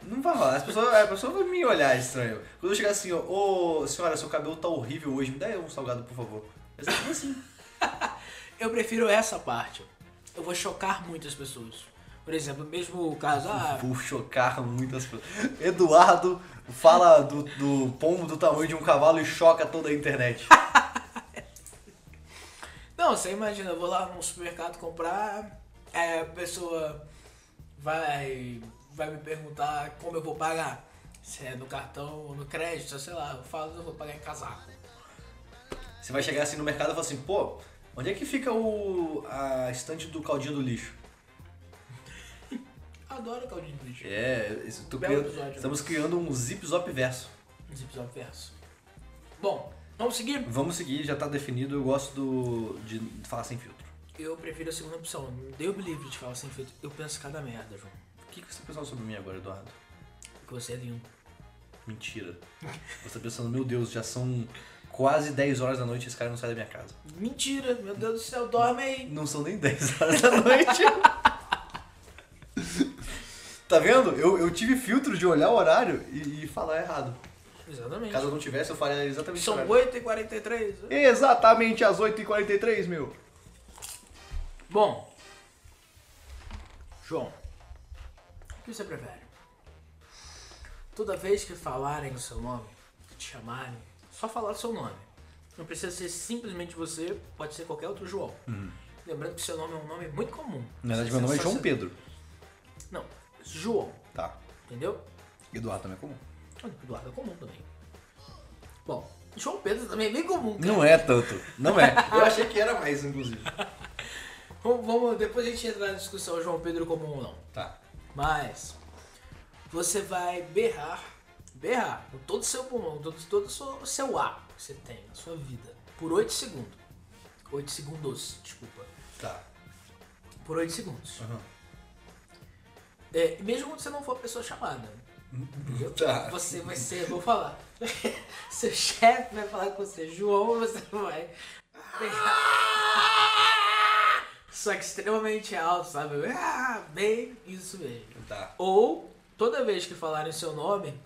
Não vai rolar. As pessoas, a pessoa vai me olhar estranho. Quando eu chegar assim, ó, ô senhora, seu cabelo tá horrível hoje, me dá aí um salgado, por favor. Eu sempre assim.
Eu prefiro essa parte. Eu vou chocar muitas pessoas. Por exemplo, mesmo o caso, ah,
Vou chocar muitas pessoas. Eduardo fala do, do pombo do tamanho de um cavalo e choca toda a internet.
Não, você imagina, eu vou lá num supermercado comprar, é, a pessoa vai, vai me perguntar como eu vou pagar. Se é no cartão ou no crédito, sei lá, eu falo, eu vou pagar em casaco.
Você vai chegar assim no mercado e fala assim, pô, onde é que fica o a estante do caldinho do lixo?
Adoro caldinho de lixo.
É, isso- tô
Belo
criando-
episódio. né?
estamos criando um zip zop verso.
Nos episódios verso. Bom, vamos seguir?
Vamos seguir, já tá definido, eu gosto do, de falar sem filtro.
Eu prefiro a segunda opção. Deu me livre de falar sem filtro. Eu penso cada merda, João.
O que, que você tá pensando sobre mim agora, Eduardo?
Que você é lindo.
Mentira. Você tá pensando, meu Deus, já são quase 10 horas da noite e esse cara não sai da minha casa.
Mentira, meu Deus do céu, dorme aí.
Não são nem 10 horas da noite. tá vendo? Eu, eu tive filtro de olhar o horário e, e falar errado.
Exatamente.
Caso eu não tivesse, eu faria exatamente
São
o horário.
8h43.
Exatamente às 8h43, meu.
Bom, João, o que você prefere? Toda vez que falarem o seu nome, que te chamarem, só falar o seu nome. Não precisa ser simplesmente você, pode ser qualquer outro João. Lembrando que seu nome é um nome muito comum.
Uhum. Na verdade, meu nome é
Só
João
se-
Pedro.
Não, João,
Tá.
entendeu?
Eduardo também é comum.
Eduardo é comum também. Bom, João Pedro também é bem comum. cara.
Não é tanto. Não é. eu achei que era mais, inclusive.
Vamos, vamos- depois a gente entra na discussão João Pedro comum ou não.
Tá.
Mas você vai berrar, berrar com todo o seu pulmão, todo, todo o seu, o seu ar que você tem na sua vida, por 8 segundos. 8 segundos, desculpa.
Tá.
Por 8 segundos.
Aham.
É, e mesmo quando você não for a pessoa chamada. entendeu?
Tá.
Você vai ser, vou falar. seu chefe vai falar com você, João, você vai. berrar. Só que extremamente alto, sabe? Ah, bem, isso mesmo.
Tá.
Ou, toda vez que falarem seu nome,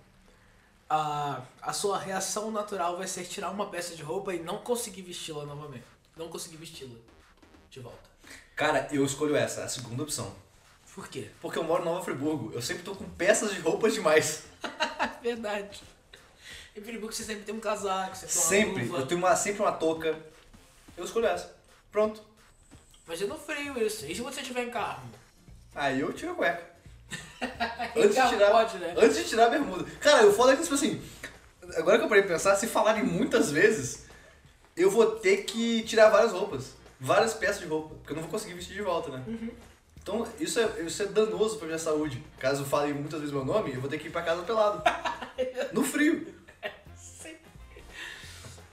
a, a sua reação natural vai ser tirar uma peça de roupa e não conseguir vesti-la novamente. Não conseguir vesti-la de volta.
Cara, eu escolho essa, a segunda opção.
Por quê?
Porque eu moro em Nova Friburgo. Eu sempre tô com peças de roupas demais.
É verdade. Em Friburgo você sempre tem um casaco, você tem uma
Sempre.
luva.
Eu tenho uma, sempre uma touca. Eu escolho essa. Pronto.
Mas é no frio isso. E se você tiver em carro?
Aí eu tiro a cueca.
Em
Antes de
carro
tirar,
pode, né?
antes de tirar a bermuda. Cara, o foda é que, tipo assim, agora que eu parei pra pensar, se falarem muitas vezes, eu vou ter que tirar várias roupas. Várias peças de roupa. Porque eu não vou conseguir vestir de volta, né?
Uhum.
Então, isso é, isso é danoso pra minha saúde. Caso falem muitas vezes meu nome, eu vou ter que ir pra casa pelado. No frio.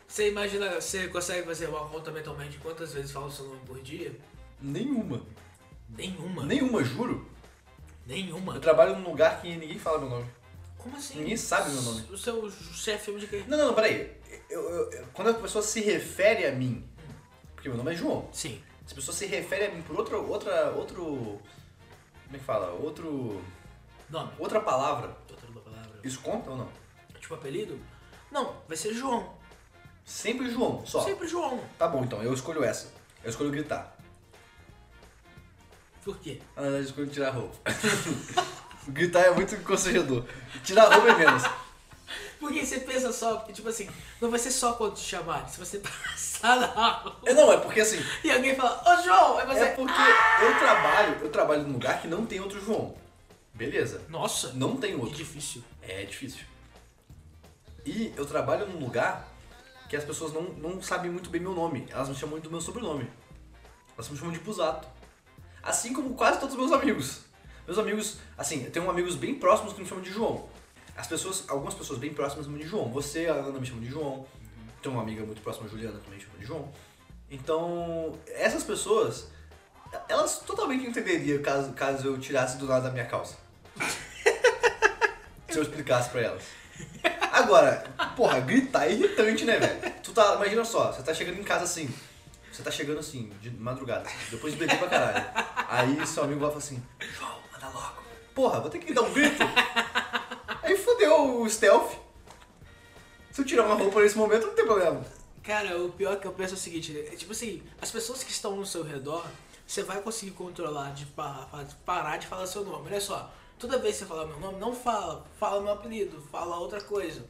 Você imagina, você consegue fazer uma conta mentalmente de quantas vezes fala o seu nome por dia?
Nenhuma.
Nenhuma.
Nenhuma, juro.
Nenhuma.
Eu trabalho num lugar que ninguém fala meu nome.
Como assim?
Ninguém sabe meu nome.
O seu chefe é de que...
Não, não, não, peraí. Eu, eu- eu- quando a pessoa se refere a mim, porque meu nome é João,
Sim.
se a pessoa se refere a mim por outra, outra, outro, como é que fala? Outro,
Nome.
outra palavra,
Outra palavra.
isso conta ou não?
Tipo apelido? Não, vai ser João.
Sempre João, só.
Sempre João.
Tá bom, então, eu escolho essa. Eu escolho gritar.
Por quê?
Na verdade, eu escolho tirar a roupa. gritar é muito constrangedor. Tirar a roupa é menos.
Porque você pensa só, porque tipo assim, não vai ser só quando te chamarem, se você passar na rua
É, não, é porque assim,
e alguém fala, ô João, aí você.
é porque eu trabalho, eu trabalho num lugar que não tem outro João. Beleza.
Nossa,
Não tem
que
outro.
difícil.
É difícil. E eu trabalho num lugar que as pessoas não, não sabem muito bem meu nome. Elas me chamam muito do meu sobrenome. Elas me chamam de Busato. Assim como quase todos os meus amigos. Meus amigos, assim, eu tenho amigos bem próximos que me chamam de João. As pessoas, algumas pessoas bem próximas me chamam de João. Você, a Ana, me chama de João. Tem uma amiga muito próxima, a Juliana, também me chama de João. Então, essas pessoas, elas totalmente entenderiam caso, caso eu tirasse do nada da minha calça. Se eu explicasse pra elas. Agora, porra, gritar é irritante, né, velho? Tu tá, imagina só, você tá chegando em casa assim. Você tá chegando assim, de madrugada. Depois de beber pra caralho. Aí seu amigo vai falar assim: João, manda logo. Porra, vou ter que dar um grito. Aí fodeu o stealth. Se eu tirar uma roupa nesse momento, não tem problema.
Cara, o pior que eu penso é o seguinte, é tipo assim, as pessoas que estão no seu redor, você vai conseguir controlar de pa- pa- de parar de falar seu nome. Olha só, toda vez que você falar meu nome, não fala, fala meu apelido, fala outra coisa.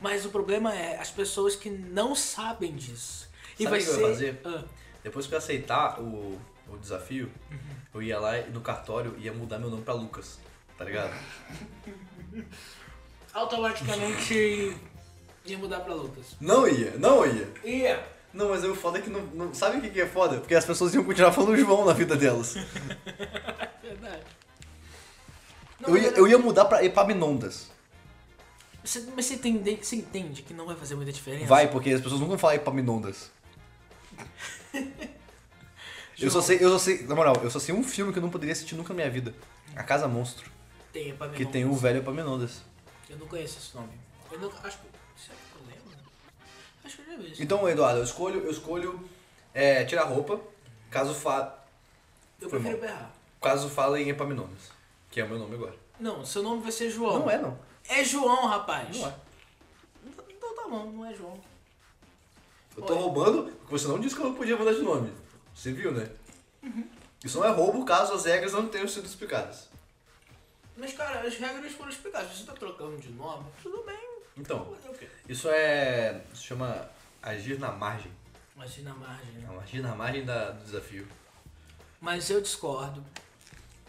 Mas o problema é as pessoas que não sabem disso. E
Sabe
vai
o que eu
ser.
vou fazer?
Ah,
Depois que eu aceitar o, o desafio, eu ia lá no cartório e ia mudar meu nome pra Lucas. Tá ligado?
automaticamente ia mudar pra Lucas.
Não ia, não ia.
Ia!
Não, mas o foda é que não. não- sabe o que que é foda? Porque as pessoas iam continuar falando João na vida delas.
É Verdade. Não,
Eu ia,
mas-
eu ia mudar pra Epaminondas.
Você, mas você entende, você entende que não vai fazer muita diferença?
Vai, porque as pessoas nunca vão falar Epaminondas. Eu só sei, eu só sei, na moral, eu só sei um filme que eu não poderia assistir nunca na minha vida. A Casa Monstro,
Tem Epaminondas.
que tem um o velho Epaminondas.
Eu não conheço esse nome. Eu não, acho que. Será que eu lembro? Acho que eu já vi isso.
Então, Eduardo, eu escolho, eu escolho é, tirar roupa, caso fa,
eu
foi
prefiro
mal.
berrar.
caso falem Epaminondas, que é o meu nome agora.
Não, seu nome vai ser João.
Não é não.
É João, rapaz.
Não é.
Então tá bom, não é João.
Eu tô roubando porque você não disse que eu não podia mudar de nome. Você viu, né?
Uhum.
Isso não é roubo caso as regras não tenham sido explicadas.
Mas cara, as regras foram explicadas. Se você tá trocando de nome, tudo bem.
Então,
Fazer o quê?
isso é. se chama agir na margem.
Mas na margem, né?
É um agir na margem da- do desafio.
Mas eu discordo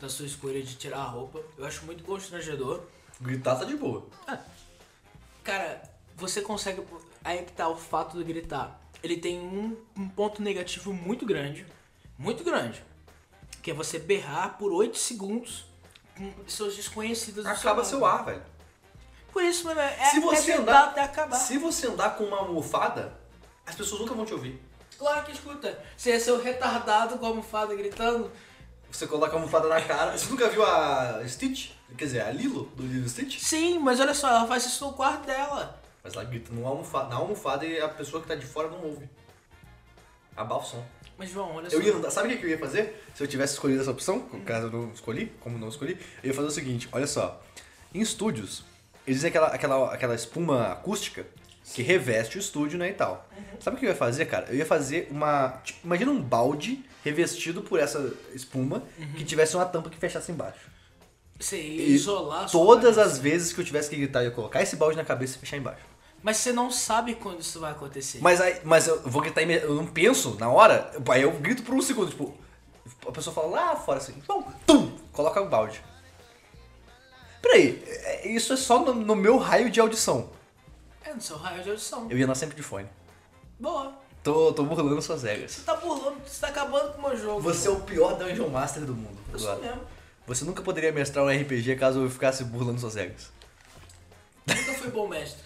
da sua escolha de tirar a roupa. Eu acho muito constrangedor.
Gritar tá de boa.
Cara, você consegue. Aí que tá o fato do gritar. Ele tem um, um ponto negativo muito grande. Muito grande. Que é você berrar por 8 segundos com pessoas desconhecidas do
Acaba seu ar, velho.
Por isso, mano, é,
se você
é
andar.
andar até acabar.
Se você andar com uma almofada, as pessoas nunca vão te ouvir.
Claro que escuta. Você ia ser o retardado com a almofada gritando.
Você coloca a almofada na cara. Você nunca viu a Stitch? Quer dizer, a Lilo do Lilo Stitch?
Sim, mas olha só, ela faz isso no quarto dela.
Mas ela grita numa almofada, na almofada e a pessoa que tá de fora não ouve. Abafa o som.
Mas, João, olha
Eu
só.
ia andar, sabe o que eu ia fazer? Se eu tivesse escolhido essa opção,
Hum.
caso eu não escolhi, como não escolhi, eu ia fazer o seguinte, olha só. Em estúdios, existe aquela, aquela, aquela espuma acústica que reveste o estúdio, né, e tal.
Uhum.
Sabe o que eu ia fazer, cara? Eu ia fazer uma... tipo, imagina um balde revestido por essa espuma
Uhum.
que tivesse uma tampa que fechasse embaixo.
Você ia
E
isolar a sua
Todas
cabeça.
as vezes que eu tivesse que gritar, eu ia colocar esse balde na cabeça e fechar embaixo.
Mas você não sabe quando isso vai acontecer.
Mas, aí, mas eu vou gritar, imed- eu não penso na hora, aí eu grito por um segundo, tipo, a pessoa fala lá fora assim, então, tum, coloca o balde. Peraí, é- isso é só no, no meu raio de audição.
É no seu raio de audição.
Eu ia andar sempre de fone.
Boa.
Tô, tô burlando suas regras.
Você tá burlando, você tá acabando com o meu jogo.
Você é o pior Dungeon Master do mundo.
Eu sou
Eduardo.
mesmo.
Você nunca poderia mestrar um RPG caso eu ficasse burlando suas regras.
Nunca fui bom mestre.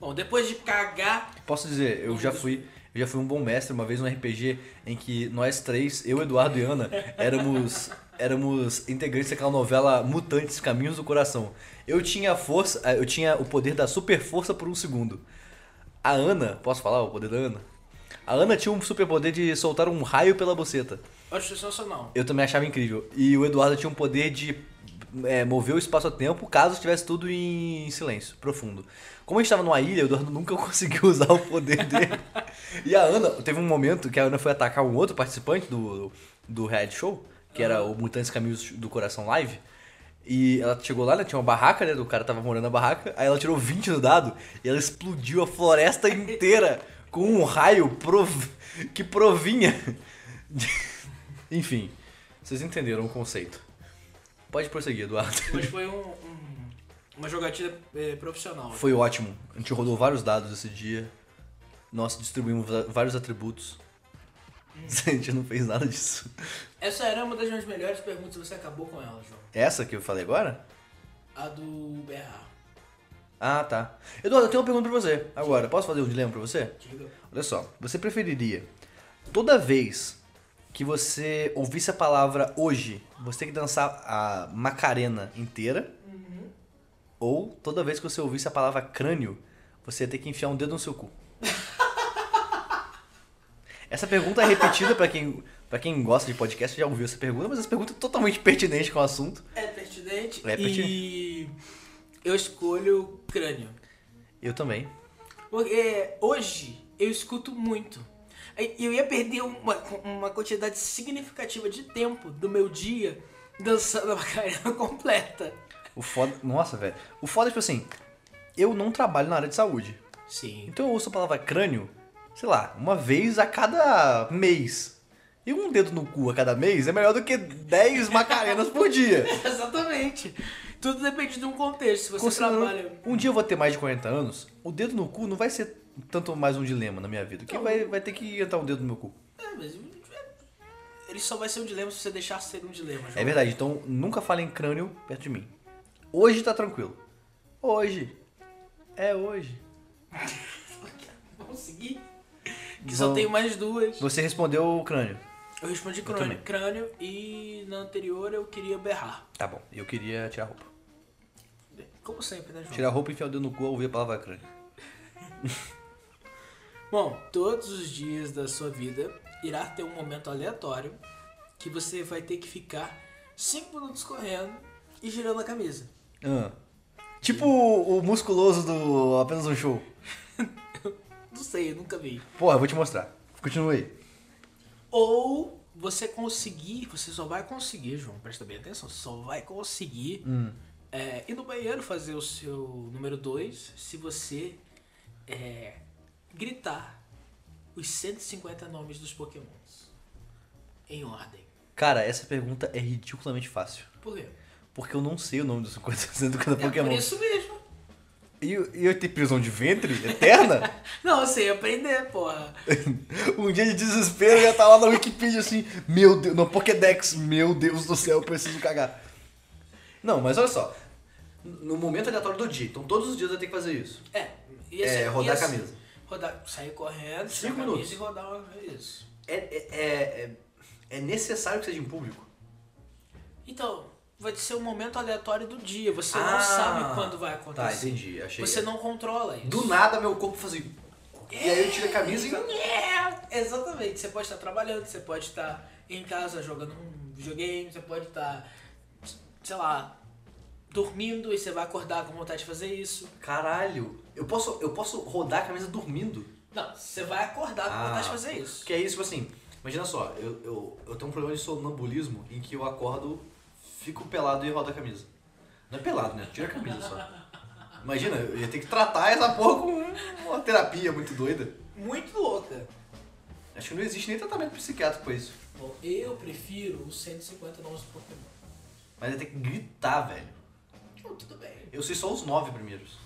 Bom, depois de cagar.
Posso dizer, eu já fui, eu já fui um bom mestre uma vez num RPG em que nós três, eu, Eduardo e Ana, éramos éramos integrantes daquela novela Mutantes Caminhos do Coração. Eu tinha a força, eh, eu tinha o poder da super força por um segundo. A Ana, posso falar o poder da Ana? A Ana tinha um super poder de soltar um raio pela boceta.
Eu acho sensacional.
Eu também achava incrível. E o Eduardo tinha um poder de é, mover o espaço-tempo caso estivesse tudo em silêncio, profundo. Como a gente estava numa ilha, o Eduardo nunca conseguiu usar o poder dele. e a Ana, teve um momento que a Ana foi atacar um outro participante do, do reality show, que era o Mutantes Caminhos do Coração Live. E ela chegou lá, né? Tinha uma barraca, né? O cara tava morando na barraca. Aí ela tirou 20 no dado e ela explodiu a floresta inteira com um raio prov- que provinha. de- Enfim, vocês entenderam o conceito. Pode prosseguir, Eduardo.
Mas foi um, um- uma jogatina eh, profissional.
Foi ótimo. A gente rodou vários dados esse dia. Nós distribuímos va- vários atributos. A gente não fez nada disso.
Essa era uma das minhas melhores perguntas, você acabou com ela, João.
Essa que eu falei agora?
A do BH.
Ah, tá. Eduardo, eu tenho uma pergunta pra você. Agora, posso fazer um dilema pra você?
Diga.
Olha só, você preferiria toda vez que você ouvisse a palavra hoje, você tem que dançar a Macarena inteira? Ou toda vez que você ouvisse a palavra crânio, você ia ter que enfiar um dedo no seu cu? Essa pergunta é repetida pra quem, pra quem gosta de podcast, já ouviu essa pergunta, mas essa pergunta é totalmente pertinente com o assunto.
É pertinente.
É pertinente.
E eu escolho crânio.
Eu também.
Porque hoje eu escuto muito. E Eu ia perder uma, uma quantidade significativa de tempo do meu dia dançando a Macarena completa.
O foda. Nossa, velho. O foda é tipo assim, eu não trabalho na área de saúde.
Sim.
Então eu ouço a palavra crânio, sei lá, uma vez a cada mês. E um dedo no cu a cada mês é melhor do que 10 macarenas por dia.
Exatamente. Tudo depende de um contexto. Se você
Considerando-
trabalha.
Um dia eu vou ter mais de 40 anos, o dedo no cu não vai ser tanto mais um dilema na minha vida. Que
Não.
vai, vai ter que entrar um dedo no meu cu.
É, mas. Ele só vai ser um dilema se você deixar ser um dilema, João.
É verdade, então nunca falem crânio perto de mim. Hoje tá tranquilo. Hoje. É hoje.
Vamos seguir. Que só
Vamos.
tem mais duas.
Você respondeu o crânio.
Eu respondi
também.
crânio, crânio e na anterior eu queria berrar.
Tá bom, eu queria tirar a roupa.
Como sempre, né, João?
Tirar a roupa e enfiar o dedo no cu ao ouvir a palavra crânio.
Bom, todos os dias da sua vida irá ter um momento aleatório que você vai ter que ficar 5 minutos correndo e girando a camisa.
Ah. Tipo o o musculoso do Apenas um Show.
Não sei, eu nunca vi.
Porra, eu vou te mostrar. Continua aí.
Ou você conseguir, você só vai conseguir, João, presta bem atenção, você só vai conseguir é, ir no banheiro fazer o seu número 2 se você é, gritar os 150 nomes dos pokémons em ordem.
Cara, essa pergunta é ridiculamente fácil.
Por quê?
Porque eu não sei o nome dos 50% de cada
É por
Pokémon.
isso mesmo.
E eu- e eu tenho prisão de ventre eterna?
Não, eu sei aprender, porra.
um dia de desespero eu já tá lá na Wikipedia assim, meu Deus, no Pokédex, meu Deus do céu, eu preciso cagar. Não, mas olha só. No momento aleatório do dia, então todos os dias eu tenho que fazer isso.
É,
É,
ia ser-
rodar
ia
a
ser-
camisa.
assim, Rodar, sair correndo,
Cinco
tirar a camisa
minutos.
e rodar uma vez.
É, é, é, é- é necessário que seja em público?
Então, vai ser um momento aleatório do dia. Você
Ah,
não sabe quando vai
Tá,
acontecer.
entendi, achei.
Você não controla isso.
Do nada meu corpo fazia. E aí eu tiro a camisa e.
É, exatamente. Você pode estar trabalhando, você pode estar em casa jogando um videogame, você pode estar, sei lá, dormindo e você vai acordar com vontade de fazer isso.
Caralho, eu posso, eu posso rodar a camisa dormindo.
Não, você vai acordar com
Ah.
vontade de fazer isso.
Que é isso, tipo assim, imagina só, eu, eu, eu tenho um problema de sonambulismo em que eu acordo, fico pelado e rodo a camisa. Não é pelado, né? Tira a camisa só. Imagina, eu ia ter que tratar essa porra com uma terapia muito doida.
Muito louca.
Acho que não existe nem tratamento psiquiátrico pra isso.
Bom, eu prefiro os 150 novos Pokémon.
Mas ia ter que gritar, velho.
Então, tudo bem.
Eu sei só os nove primeiros.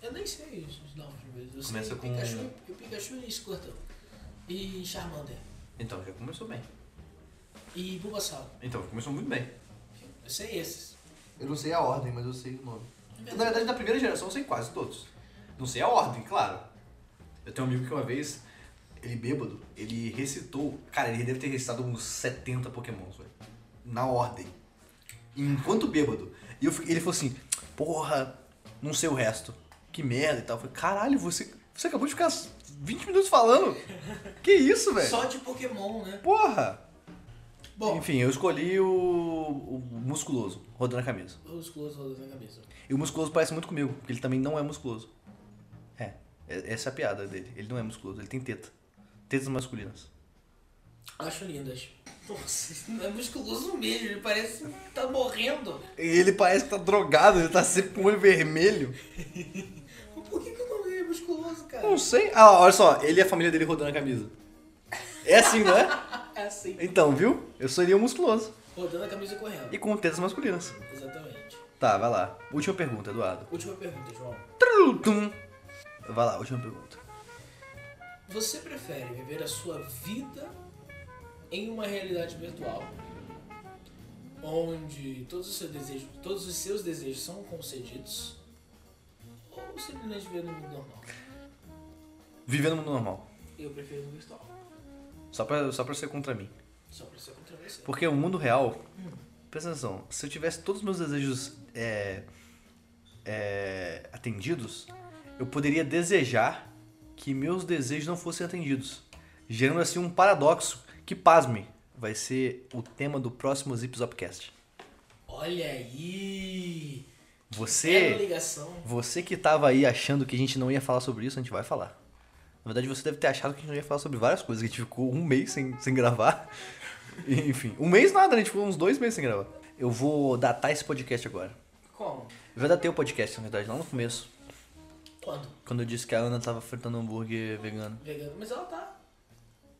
Eu nem sei isso, os novos primeiros. Eu
Começa
sei
com- um, né?
Pikachu, e Pikachu e Squirtle. E Charmander.
Então, já começou bem.
E Bulbasaur.
Então, começou muito bem.
Eu sei esses.
Eu não sei a ordem, mas eu sei o nome. Na verdade, da primeira geração eu sei quase todos. Não sei a ordem, claro. Eu tenho um amigo que uma vez, ele bêbado, ele recitou. Cara, ele deve ter recitado uns 70 pokémons, velho. Na ordem. enquanto bêbado. E eu fiquei- ele falou assim, porra, não sei o resto. Que merda e tal. Eu falei, caralho, você, você acabou de ficar 20 minutos falando? Que isso, velho?
Só de Pokémon, né?
Porra!
Bom,
Enfim, eu escolhi o, o musculoso, rodando a camisa.
os close rodando na cabeça.
E o musculoso parece muito comigo, porque ele também não é musculoso. É, é- essa é a piada dele. Ele não é musculoso, ele tem teta. Tetas masculinas.
Acho lindas. Nossa, não é musculoso mesmo, ele parece que tá morrendo.
Ele parece que tá drogado, ele tá sempre com o olho vermelho.
Por que, que eu não ganhei musculoso, cara?
Não sei. Ah, olha só, ele e a família dele rodando a camisa. É assim, não é?
É assim.
Então, viu? Eu seria um musculoso.
Rodando a camisa e correndo.
E com tetas masculinas.
Exatamente.
Tá, vai lá. Última pergunta, Eduardo.
Última pergunta, João.
Trutum. Vai lá, última pergunta.
Você prefere viver a sua vida em uma realidade virtual, onde todos os seus desejos, todos os seus desejos são concedidos, ou simplesmente viver no mundo normal?
Vivendo no mundo normal.
Eu prefiro no virtual,
Só pra, só pra ser contra mim.
só pra ser contra você.
Porque o mundo real. Presta atenção, se eu tivesse todos os meus desejos é, é, atendidos, eu poderia desejar que meus desejos não fossem atendidos. Gerando assim um paradoxo que, pasme, vai ser o tema do próximo Zip Zopcast.
Olha aí! É
Você,
ligação.
você que tava aí achando que a gente não ia falar sobre isso, a gente vai falar. Na verdade, você deve ter achado que a gente não ia falar sobre várias coisas, que a gente ficou um mês sem, sem gravar. Enfim, um mês nada, né? A gente ficou uns dois meses sem gravar. Eu vou datar esse podcast agora.
Como?
Eu já datei o podcast, na verdade, lá no começo.
Quando?
Quando eu disse que a Ana tava fritando hambúrguer vegano
Vegano. Mas ela tá.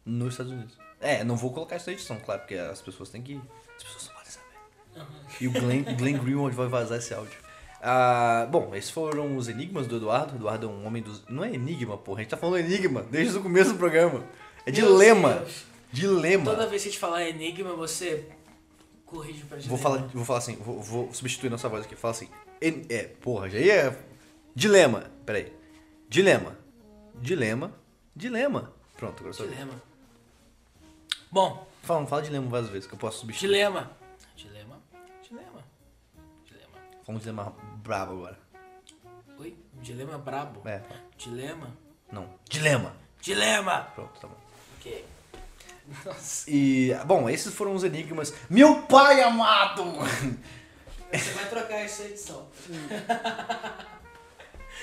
nos Estados Unidos. É, não vou colocar isso na edição, claro, porque as pessoas têm que. As pessoas não podem saber. E o Glenn, Glenn Greenwald vai vazar esse áudio. Ah, bom, esses foram os enigmas do Eduardo. Eduardo é um homem dos. Não é enigma, porra. A gente tá falando enigma desde o começo do programa. É
Meu
dilema.
Deus.
Dilema.
Toda vez que a gente falar enigma, você corrige pra gente.
Vou falar, vou falar assim, vou, vou substituir nossa voz aqui. Fala assim. en- É, porra, já ia. Dilema. Peraí. Dilema. Dilema. Dilema. Pronto, agora eu sou.
Dilema. Bom,
Fala, fala dilema várias vezes que eu posso substituir.
dilema. Dilema. Dilema. Dilema.
Fala um dilema brabo agora.
Oi? Dilema brabo.
É.
Dilema.
Não. Dilema.
Dilema!
Pronto, tá bom.
Ok. Nossa.
E, bom, esses foram os enigmas. Meu pai amado!
Você vai trocar essa edição.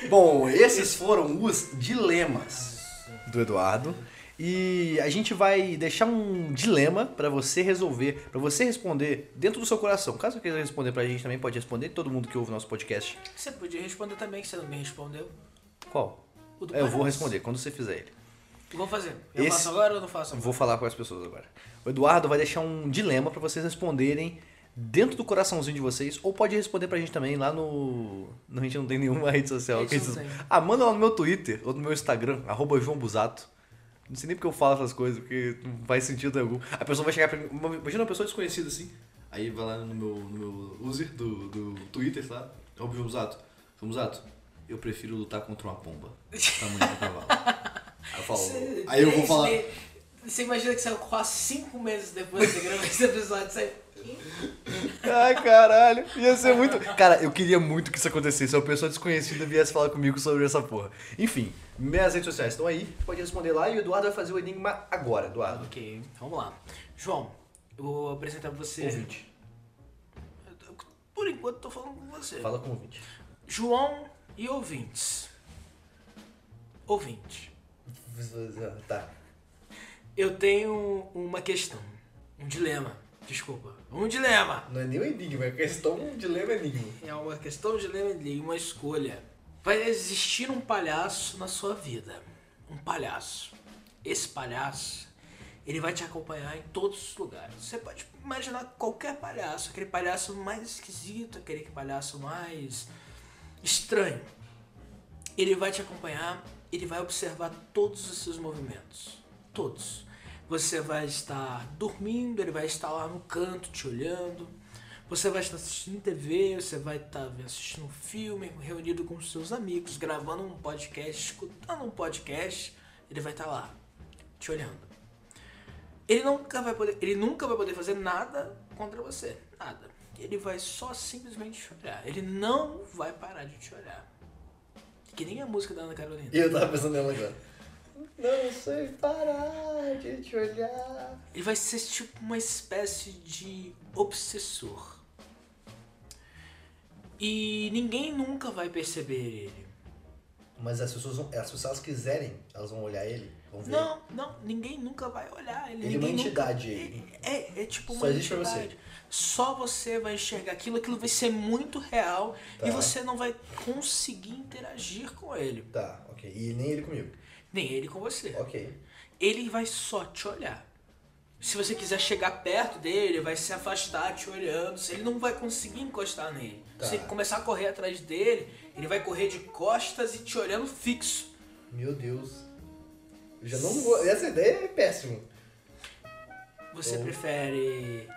Bom, esses foram os dilemas do Eduardo. E a gente vai deixar um dilema pra você resolver, pra você responder dentro do seu coração. Caso queira responder pra gente também, pode responder todo mundo que ouve nosso podcast.
Você podia responder também, que você não me respondeu.
Qual?
O do
É, eu vou
Palhares.
responder quando você fizer ele.
Vou fazer. Eu
Esse-
faço agora ou não faço agora?
Vou falar com as pessoas agora. O Eduardo vai deixar um dilema pra vocês responderem dentro do coraçãozinho de vocês, ou pode responder pra gente também lá no. no a gente não tem nenhuma rede social.
A gente
que
não
vocês-
tem.
Ah, manda lá no meu Twitter ou no meu Instagram, arroba João Busato. Não sei nem porque eu falo essas coisas, porque não faz sentido algum. A pessoa vai chegar pra mim. uma- Imagina uma pessoa desconhecida assim. Aí vai lá no meu, no meu user do, do Twitter, lá, arroba João Busato. João Busato, eu prefiro lutar contra uma pomba. Tamanho do cavalo. Aí eu falo.
Você-
Aí eu vou
você-
falar.
Você imagina que saiu quase cinco meses depois de gravar esse episódio, sai.
Ai, caralho. Ia ser muito. Cara, eu queria muito que isso acontecesse. Se uma pessoa desconhecida viesse falar comigo sobre essa porra. Enfim, minhas redes sociais estão aí. Pode responder lá e o Eduardo vai fazer o enigma agora, Eduardo.
Ok, vamos lá. João, eu vou apresentar pra você.
Ouvinte.
Eu- Por enquanto tô falando com você.
Fala com o ouvinte.
João e ouvintes. Ouvinte,
Tá.
eu tenho uma questão. Um dilema. Desculpa. Um dilema.
Não é nem um enigma, é questão um dilema enigma.
É uma questão, um dilema e uma escolha. Vai existir um palhaço na sua vida. Um palhaço. Esse palhaço, ele vai te acompanhar em todos os lugares. Você pode imaginar qualquer palhaço. Aquele palhaço mais esquisito, aquele palhaço mais estranho. Ele vai te acompanhar, ele vai observar todos os seus movimentos. Todos. Você vai estar dormindo, ele vai estar lá no canto te olhando. Você vai estar assistindo TV, você vai estar assistindo um filme, reunido com seus amigos, gravando um podcast, escutando um podcast. Ele vai estar lá, te olhando. Ele nunca vai poder, ele nunca vai poder fazer nada contra você, nada. ele vai só simplesmente chorar. Ele não vai parar de chorar. Que nem a música da Ana Carolina.
E eu tava pensando nela agora. Não sei parar de te olhar.
Ele vai ser tipo uma espécie de obsessor. E ninguém nunca vai perceber ele.
Mas as pessoas, vão, as pessoas quiserem, elas vão olhar ele, vão ver.
Não, não, ninguém nunca vai olhar. Ele,
Ele é uma
ninguém nunca-
entidade, ele.
É, é tipo uma
Só existe pra
entidade. Só você vai enxergar aquilo, aquilo vai ser muito real
Tá.
e você não vai conseguir interagir com ele.
Tá, ok. E nem ele comigo.
Nem ele com você.
Ok.
Ele vai só te olhar. Se você quiser chegar perto dele, ele vai se afastar te olhando. Ele não vai conseguir encostar nele.
Tá.
Se você começar a correr atrás dele, ele vai correr de costas e te olhando fixo.
Meu Deus. Eu já não vou. Essa ideia é péssima.
Você
Ou-
prefere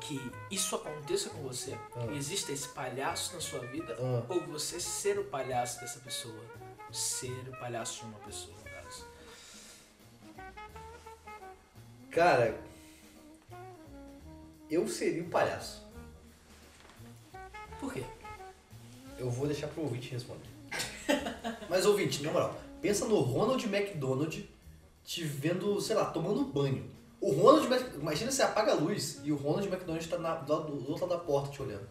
que isso aconteça com você?
Ah.
Que exista esse palhaço na sua vida?
Ah.
Ou você ser o palhaço dessa pessoa? Ser o palhaço de uma pessoa, no caso.
Cara, eu seria o palhaço.
Por quê?
Eu vou deixar pro ouvinte responder. Mas ouvinte, na moral, pensa no Ronald McDonald te vendo, sei lá, tomando banho. O Ronald Mac... Imagina você apaga a luz e o Ronald McDonald tá na- do, lado- do outro lado da porta te olhando.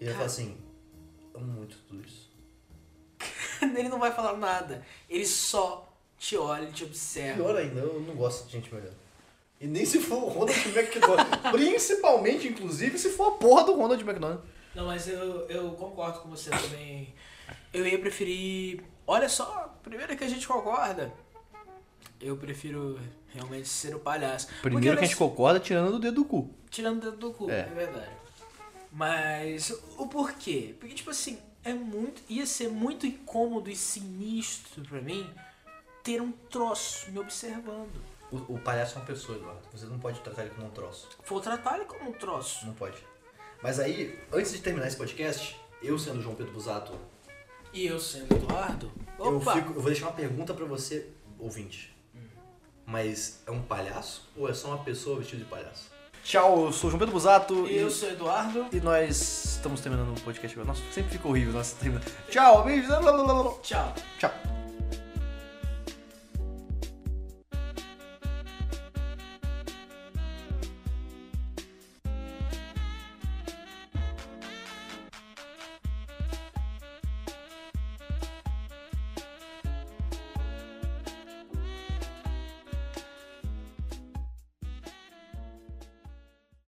Ele vai falar assim, amo muito tudo isso.
ele não vai falar nada. Ele só te olha, ele te observa.
Pior ainda, eu não gosto de gente me olhando. E nem se for o Ronald McDonald. Principalmente, inclusive, se for a porra do Ronald McDonald.
Não, mas eu, eu concordo com você também. Eu ia preferir. Olha só, primeiro que a gente concorda. Eu prefiro realmente ser o palhaço. Porque
Primeiro que a
olha
gente concorda tirando o dedo do cu.
Tirando dentro do cu,
É.
é. verdade. Mas o porquê? Porque, tipo assim, é muito. ia ser muito incômodo e sinistro pra mim ter um troço me observando.
O, o palhaço é uma pessoa, Eduardo. Você não pode tratar ele como um troço.
Vou tratar ele como um troço.
Não pode. Mas aí, antes de terminar esse podcast, eu sendo João Pedro Busato,
E eu sendo Eduardo.
eu,
Opa!
fico- eu vou deixar uma pergunta pra você, ouvinte. Mas é um palhaço ou é só uma pessoa vestida de palhaço?
Tchau, eu sou o João Pedro Busato
E eu sou Eduardo.
e nós estamos terminando o podcast. Nossa, sempre fica horrível nós terminando. Tchau, beijos.
Tchau.
Tchau.